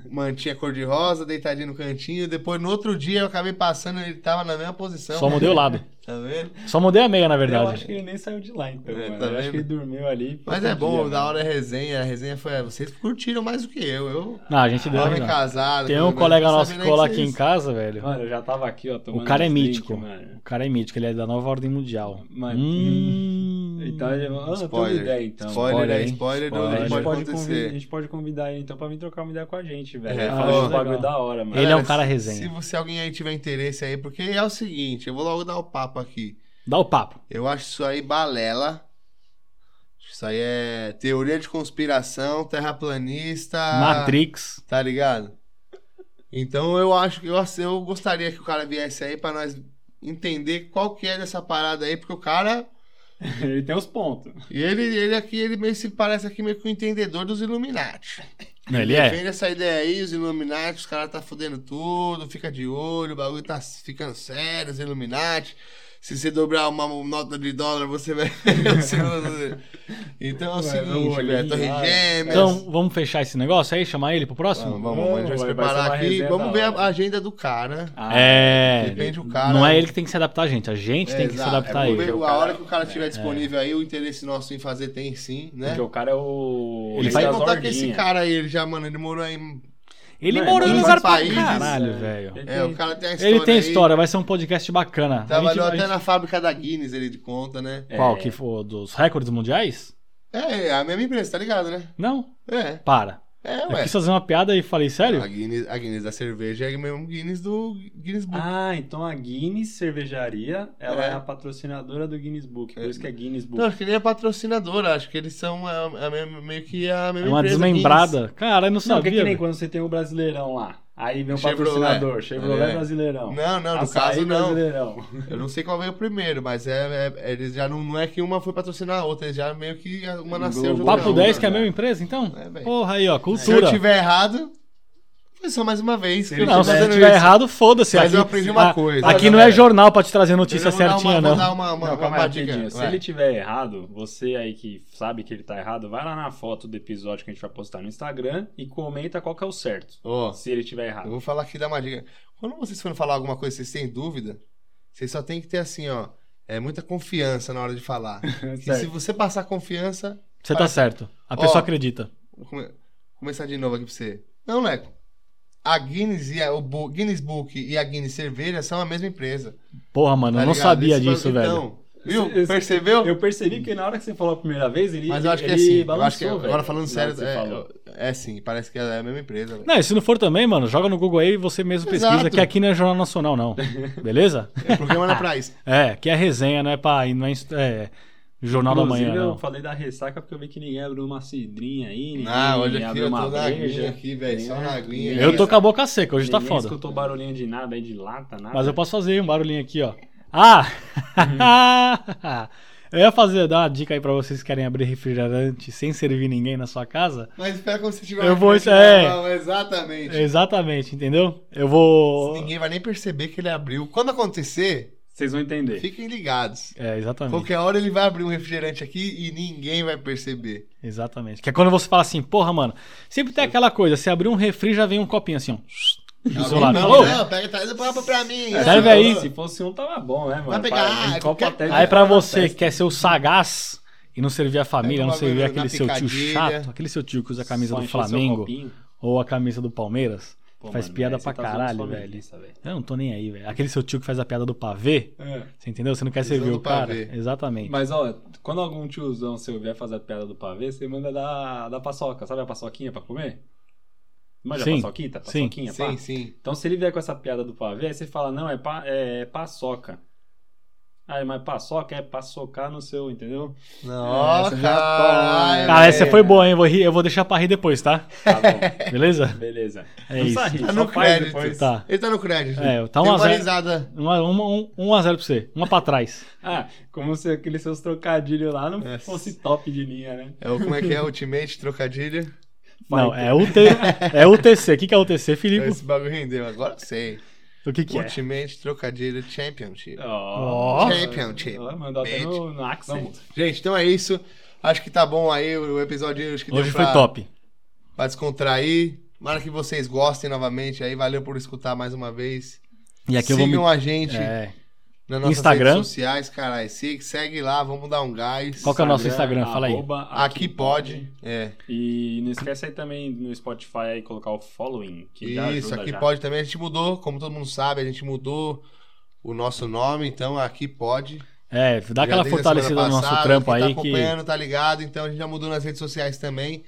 B: mantinha cor-de-rosa, deitadinho no cantinho. Depois, no outro dia, eu acabei passando, ele tava na mesma posição.
D: Só mudei o lado.
B: Tá vendo?
D: Só mudei a meia, na
C: Eu acho
D: verdade.
C: que ele nem saiu de lá, então,
B: É,
C: mano.
B: tá
C: eu acho
B: vendo?
C: que ele dormiu ali.
B: Mas
C: todo
B: é bom,
C: dia,
B: da
C: mano.
B: hora a resenha. A resenha foi. é, Vocês curtiram mais do que eu. Eu.
D: Não, a gente deu.
B: Homem
D: né?
B: casado.
D: Tem
B: tudo
D: um
B: mais,
D: colega
B: não
D: nosso que
B: sabia nem
D: cola
B: que
D: aqui em
B: vocês-
D: casa, velho.
C: Mano, eu já tava aqui, ó, tomando
D: O cara é
C: uns drink,
D: mítico.
C: mano.
D: O cara é mítico, ele é da nova ordem mundial.
C: Mano.
D: Hum.
C: Então, eu, ah, eu tenho uma
B: Spoiler.
C: ideia, então.
B: Spoiler,
D: Olha
B: é
D: aí.
B: spoiler, do-
D: Spoiler.
C: A
B: do que
C: gente,
B: pode,
C: pode convidar, a
B: acontecer.
C: gente pode convidar ele então pra vir trocar uma ideia com a gente, velho.
B: É,
C: É,
B: falou.
C: Falando uns bagulho
D: Legal.
C: da hora, mano.
D: Ele é um
B: Galera,
D: cara
B: Se
D: resenha.
B: você alguém aí tiver interesse aí, porque é o seguinte, eu vou logo dar o papo aqui.
D: Dá o papo.
B: Eu acho isso aí balela. Acho que Isso aí é teoria de conspiração, terraplanista.
D: Matrix.
B: Tá ligado? Então eu acho que eu, eu gostaria que o cara viesse aí pra nós entender qual que é dessa parada aí, porque o cara
C: Ele tem os pontos.
B: E ele, ele aqui, ele meio se parece aqui meio que o entendedor dos Illuminati.
D: Não, ele é.
B: Defende essa ideia aí, os Illuminati, os caras tá fudendo tudo, fica de olho, o bagulho tá ficando sério, os Illuminati. Se você dobrar uma nota de dólar, você vai. ver os Illuminati. então é o
C: Vai, meu
B: seguinte,
C: olho,
B: velho, Torre
C: ah,
B: Gêmeas.
D: Então, vamos fechar esse negócio aí, chamar ele pro próximo?
B: vamos, vamos, a gente vai se
C: Vai- vai ser
B: preparar
C: uma
B: aqui.
C: resenha
B: Vamos
C: da
B: ver
C: hora.
B: a agenda do cara.
C: Ah,
D: É.
B: Depende do cara.
D: Não é ele que tem que se adaptar a gente, a gente
B: É,
D: tem que se
B: exato.
D: adaptar a
B: Vamos
D: ele.
B: ver
C: ele.
B: A hora que o cara tiver disponível aí, o interesse nosso em fazer tem sim, né?
C: Porque o cara é o.
D: Ele
B: Ele
D: vai
B: vai
C: das
B: contar que esse
C: ordinhas.
B: cara aí, ele já, mano, ele morou aí.
D: Ele
C: Não,
D: morou em
C: em
B: vários
D: lugar pra
B: países,
D: caralho,
C: é.
D: velho.
C: Ele
B: É,
C: tem-
B: o cara tem a história.
D: Ele tem
B: aí.
D: história, vai ser um podcast bacana. A gente-
B: Trabalhou
D: a
B: até
D: gente-
B: na fábrica da Guinness, ele conta, né?
D: Qual?
C: É.
D: Que foi dos recordes mundiais?
B: É, é a mesma empresa, tá ligado, né?
D: Não,
B: É,
D: para.
B: é,
D: Eu
B: ué.
D: quis fazer uma piada e falei,
B: A
D: sério?
B: Guinness, a Guinness da cerveja é a mesma Guinness do Guinness Book.
C: Ah, então a Guinness Cervejaria, ela é,
B: É.
C: a patrocinadora do Guinness Book. Por
B: É.
C: isso que é Guinness Book.
B: Não, acho que nem é patrocinadora, acho que eles são a, a mesma- meio que a
D: É
B: mesma
D: uma
B: empresa.
D: desmembrada. Cara, eu não
C: Não, porque
D: sabia.
C: que nem
D: velho.
C: quando você tem o Brasileirão lá. Aí vem o
B: Chevrolet.
C: patrocinador, Chevrolet
B: É.
C: Brasileirão.
B: Guinness. Não, não, no
C: Açaí
B: caso não.
C: Brasileirão.
B: Eu não sei qual veio primeiro, mas é, é- eles já não, não é que uma foi patrocinar a outra, eles já meio que uma nasceu
C: Englobou.
B: junto com
D: Papo
B: a outra.
D: 10 que é a mesma empresa, então?
B: É, velho.
D: Porra aí, ó,
B: Se eu
D: cultura.
B: tiver errado, foi só mais uma vez. que eu
D: Não,
B: tô
D: se você
B: fazendo
D: tiver
B: isso.
D: errado, foda-se.
B: Mas eu
D: Aqui-
B: aprendi uma
D: a-
B: coisa.
D: Aqui
B: Olha,
D: não é
B: galera.
D: jornal pra te trazer notícia
B: Eu vou dar
D: certinha,
B: uma-
D: não.
B: Vou dar uma, uma,
C: Não,
B: uma
C: calma aí,
B: dica.
C: rapidinho. Se
B: vai.
C: ele tiver errado, você aí que sabe que ele tá errado, vai lá na foto do episódio que a gente vai postar no Instagram e comenta qual que é o certo.
B: Ó,
C: Se ele tiver
B: eu
C: errado.
B: vou falar aqui, dar uma dica. Quando vocês forem falar alguma coisa que vocês têm dúvida, vocês só tem que ter assim, ó. É muita confiança na hora de falar. E se
C: Certo.
B: você passar confiança.
D: Você tá
B: Vai.
D: certo. A
B: Ó.
D: pessoa acredita.
B: Vou come- começar de novo aqui pra você. Não, Leco. A Guinness e a, o Bu- Guinness Book e a Guinness Cerveja são a mesma empresa. Tá
D: Porra, mano, eu não sabia disso, velho.
B: velho. então, Viu?
C: Esse-
B: Percebeu?
C: Eu percebi que na hora que você falou a primeira vez, ele
B: Mas eu acho que é
C: ele
B: assim. Eu
C: balançou,
B: acho que,
C: velho.
B: agora falando
C: Não,
B: sério,
C: você falou.
B: é, é sim, parece que é a mesma empresa. velho.
D: Não, e se não for também, mano, joga no Google aí e você mesmo pesquisa,
B: Exato.
D: que aqui não é Jornal Nacional, não. Beleza?
B: O programa não é pra isso.
D: É, aqui é resenha, não é pra. Não é, inst- é, jornal da
C: Inclusive,
D: manhã, né?
C: eu
D: não.
C: falei da ressaca porque eu vi que ninguém abriu uma cidrinha aí, ninguém
B: Ah, hoje aqui
C: abriu
B: eu
C: uma
B: tô na aguinha
C: breja.
B: aqui, velho. Só na aguinha.
D: Eu tô com a boca seca, hoje tá
C: ninguém
D: foda.
C: escutou barulhinho de nada aí, de lata, nada.
D: Mas eu posso fazer um barulhinho aqui, ó. Ah! eu ia fazer, dar uma dica aí pra vocês que querem abrir refrigerante sem servir ninguém na sua casa.
B: Mas espera quando você tiver
D: Eu
B: uma
D: vou-
B: frente
D: é.
B: normal, Exatamente.
D: Exatamente, entendeu? Eu vou.
B: Ninguém vai nem perceber que ele abriu. Quando acontecer,
C: Vocês vão entender.
B: Fiquem ligados.
D: É, exatamente.
B: Qualquer hora ele vai abrir um refrigerante aqui e ninguém vai perceber.
D: Exatamente. Que é quando você fala assim, porra, mano, sempre tem aquela coisa, você abrir um refri já vem um copinho assim, ó. Isolado.
B: Tá Não,
C: né?
D: Alô?
B: não, pega, traz o papo pra mim.
D: Serve aí.
C: Se fosse um, tava bom, né, mano?
B: Vai pegar,
C: Pá, um
B: eu
C: copo
B: quero-
C: até de-
D: Aí pra
C: na
D: você
C: festa.
D: que quer ser o sagaz e não servir a família,
B: Pega
D: não
B: uma
D: servir
B: banana
D: aquele
B: na
D: seu tio
B: picadilha.
D: chato, aquele seu tio que usa a camisa
C: Só
D: do
C: encher seu
D: Flamengo
C: copinho.
D: ou a camisa do Palmeiras,
C: Pô,
D: faz
C: mano,
D: piada
C: aí
D: pra
C: você tá zoando
D: caralho,
C: sua
D: velho.
C: milícia,
D: Eu não tô nem aí, velho. Aquele seu tio que faz a piada do pavê,
C: É.
D: você entendeu? Você não quer
B: Tiozão
D: servir
B: do
D: o cara?
B: pavê.
D: Exatamente.
C: Mas, ó, quando algum tiozão seu vier fazer a piada do pavê, você manda da, da paçoca. Sabe a paçoquinha pra comer? Manja
D: Sim.
C: a paçoquita?
D: Sim.
C: Paçoquinha, pá?
B: Sim, sim.
C: Então, se ele vier com essa piada do pavê, aí você fala, não, é, pa, é, é paçoca. Ah, mas paçoca é paçocar no seu, entendeu?
B: Nossa,
C: Essa já
B: caralho.
D: Cara, essa é
B: velho.
D: foi boa, hein? Vou rir- eu vou deixar pra rir depois, tá?
C: Tá bom,
D: Beleza?
C: beleza.
D: É
C: Não
D: isso.
C: sai,
B: Tá
C: só
B: no
C: faz
B: crédito.
C: depois.
D: Tá.
B: Ele tá no crédito.
D: É,
B: Tem
D: tá um a
B: uma
D: zero.
B: risada.
D: Um a, um, um, um a zero pra você. Uma pra trás.
C: Ah, como se aqueles seus trocadilhos lá não
B: É.
C: fosse top de linha, né?
B: É o, como é que é? Ultimate, trocadilho.
D: Não, é, UT, é UTC. O que, que é UTC, Felipe?
B: Esse bagulho rendeu, agora eu sei.
D: O que, que é?
B: Ultimate, trocadilho, championship.
C: Ó,
D: Ó.
B: Championship.
C: Ó, Mandou até no, no accent.
B: Gente, então é isso. Acho que tá bom aí o o episódio. Acho que
D: Hoje
B: deu
D: foi
B: pra,
D: top.
B: pra descontrair. Tomara que vocês gostem novamente aí. Valeu por escutar mais uma vez.
D: E aqui eu vou
B: Sigam
D: me.
B: a gente
D: É,
B: nas nossas
D: Instagram.
B: redes sociais, caralho. Segue, segue lá, vamos dar um gás.
D: Qual que é o nosso Instagram? Fala aí.
C: arroba
B: Aqui pode. É.
C: E não esquece aí também no Spotify aí colocar o following, que já
B: Isso,
C: ajuda
B: aqui
C: já.
B: pode também. A gente mudou, como todo mundo sabe, a gente mudou o nosso nome, então aqui pode.
D: é, dá
B: Já
D: aquela
B: desde a
D: fortalecida
B: semana
D: no nosso
B: passada,
D: trampo
B: quem
D: aí
B: tá
D: que.
B: acompanhando, tá ligado? Então a gente já mudou nas redes sociais também.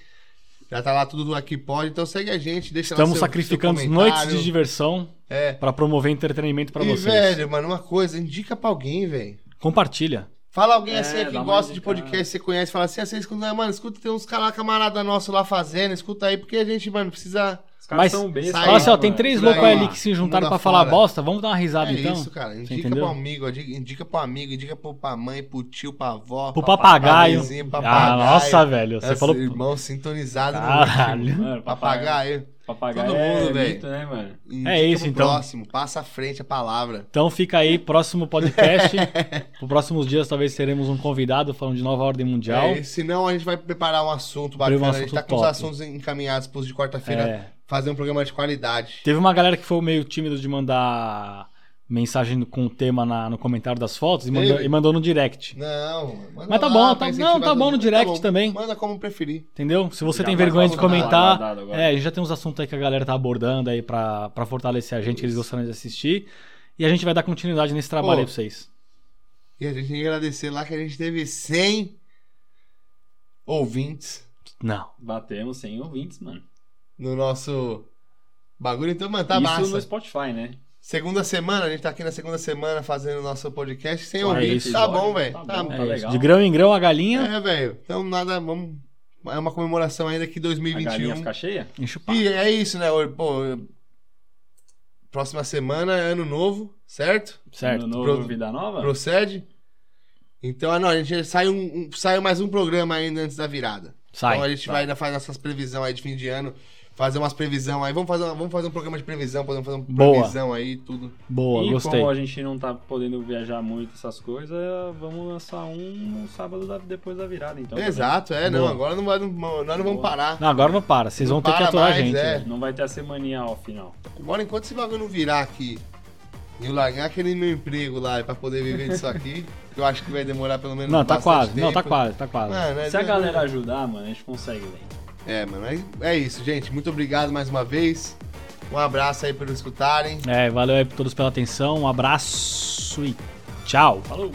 B: Já tá lá tudo do aqui pode. Então segue a gente, deixa lá seu-
D: Estamos sacrificando
B: seu comentário.
D: noites de diversão
B: É.
D: pra promover entretenimento pra
B: e,
D: vocês.
B: velho, mano, uma coisa, indica pra alguém, velho.
D: Compartilha.
B: Fala alguém
C: É,
B: assim é, que
C: dá uma
B: gosta de
C: indicada.
B: podcast, você conhece, fala assim, ah, você escuta, mano, escuta, tem uns caras camarada nosso lá fazendo, escuta aí, porque a gente, mano, precisa...
C: Os caras
D: Mas
C: são besta,
B: sai-
D: fala assim, ó,
C: mano.
D: tem três
B: Por aí,
D: loucos aí ali
B: lá.
D: que se juntaram
B: Mundo
D: pra falar
B: afora.
D: bosta. Vamos dar uma risada
B: é
D: então.
B: isso, cara, indica
D: entendeu?
B: pro amigo, indica pro amigo, indica pro pra mãe, pro tio, pra avó,
D: Pro papagaio.
B: pra vizinho,
D: Ah,
B: papagaio.
D: nossa, velho. Você
B: Nossa,
D: falou. Ah,
B: Irmão sintonizado no
D: Caralho.
C: Mano, papagaio.
B: Papagaio.
C: Papagaio
B: Todo
C: é
B: mundo, velho.
C: mito, né, mano?
B: Indica
D: isso,
B: pro
D: então.
B: Próximo, passa à frente a palavra.
D: Então fica aí, próximo podcast. Nos próximos dias talvez teremos um convidado falando de nova ordem mundial.
B: É, senão a gente vai preparar um assunto
D: Preparar um
B: bacana. a gente tá
D: assunto
B: com
D: top.
B: os assuntos encaminhados pros de quarta-feira.
D: É.
B: Fazer um programa de qualidade.
D: Teve uma galera que foi meio tímido de mandar mensagem com o tema na- no comentário das fotos e
B: Teve?
D: mandou, e mandou no direct.
B: Não, manda
D: Mas tá
B: lá
D: bom,
B: pra
D: tá-
B: incentivar
D: não, tá
B: todo
D: bom no
B: mundo.
D: direct
B: bom.
D: também.
B: Manda como preferir.
D: Entendeu? Se você
C: Já
D: tem
C: vai
D: vergonha de
C: guardado,
D: comentar.
C: guardado agora.
D: É, já tem uns assuntos aí que a galera tá abordando aí pra, pra fortalecer a gente, que eles gostaram de assistir. E a gente vai dar continuidade nesse trabalho
B: Pô.
D: aí pra vocês.
B: E a gente tem que agradecer lá que a gente teve 100 ouvintes
D: Não.
C: Batemos 100 ouvintes, mano.
B: no nosso bagulho. Então, mano, tá
C: Isso
B: massa.
C: no Spotify, né?
B: Segunda semana, a gente tá aqui na segunda semana fazendo o nosso podcast sem
C: É
B: ouvintes.
D: isso.
B: Tá bom, velho.
C: Tá
B: Tá
C: bom.
D: É
C: Tá
D: isso.
C: legal.
D: De grão em grão a galinha
B: É, velho. Então, nada, vamos. É uma comemoração ainda que
C: A galinha
B: 2021.
C: fica cheia?
D: enche o papo.
B: E é isso, né? Ô, Pô, próxima semana é ano novo, certo?
C: No
D: Certo.
C: novo
B: Pro-
C: Vida Nova?
B: Procede. Então, ah, não, a gente sai, um, um- sai mais um programa ainda antes da virada.
D: Sai.
B: então a gente vai ainda fazer nossas previsão aí de fim de ano, fazer umas previsão aí. Vamos fazer, uma- vamos fazer um programa de previsão, podemos fazer uma
D: Boa.
B: previsão aí, tudo.
D: Boa,
C: e
D: gostei.
C: como a gente não tá podendo viajar muito essas coisas, vamos lançar um no sábado da- depois da virada, então. também.
B: Exato, é, não.
D: Boa.
B: Agora não vai, não, nós não vamos
C: Boa.
B: parar.
D: Não, agora não para. Vocês
B: Não
D: vão ter que
B: para
D: aturar a
B: mais,
D: gente.
B: é.
C: Não vai ter a semaninha off, não.
B: Agora, enquanto esse bagulho não virar aqui e eu largar aquele meu emprego lá pra poder viver disso aqui, que eu acho que vai demorar pelo menos
D: Não, tá
B: bastante
D: quase. Não,
B: tempo.
D: tá quase, tá quase.
B: Mano, é-
C: Se a galera ajudar, mano, a gente consegue, velho.
B: É, mano, é, é isso, gente. Muito obrigado mais uma vez. Um abraço aí por escutarem.
D: É, valeu aí a todos pela atenção. Um abraço e tchau.
C: Falou!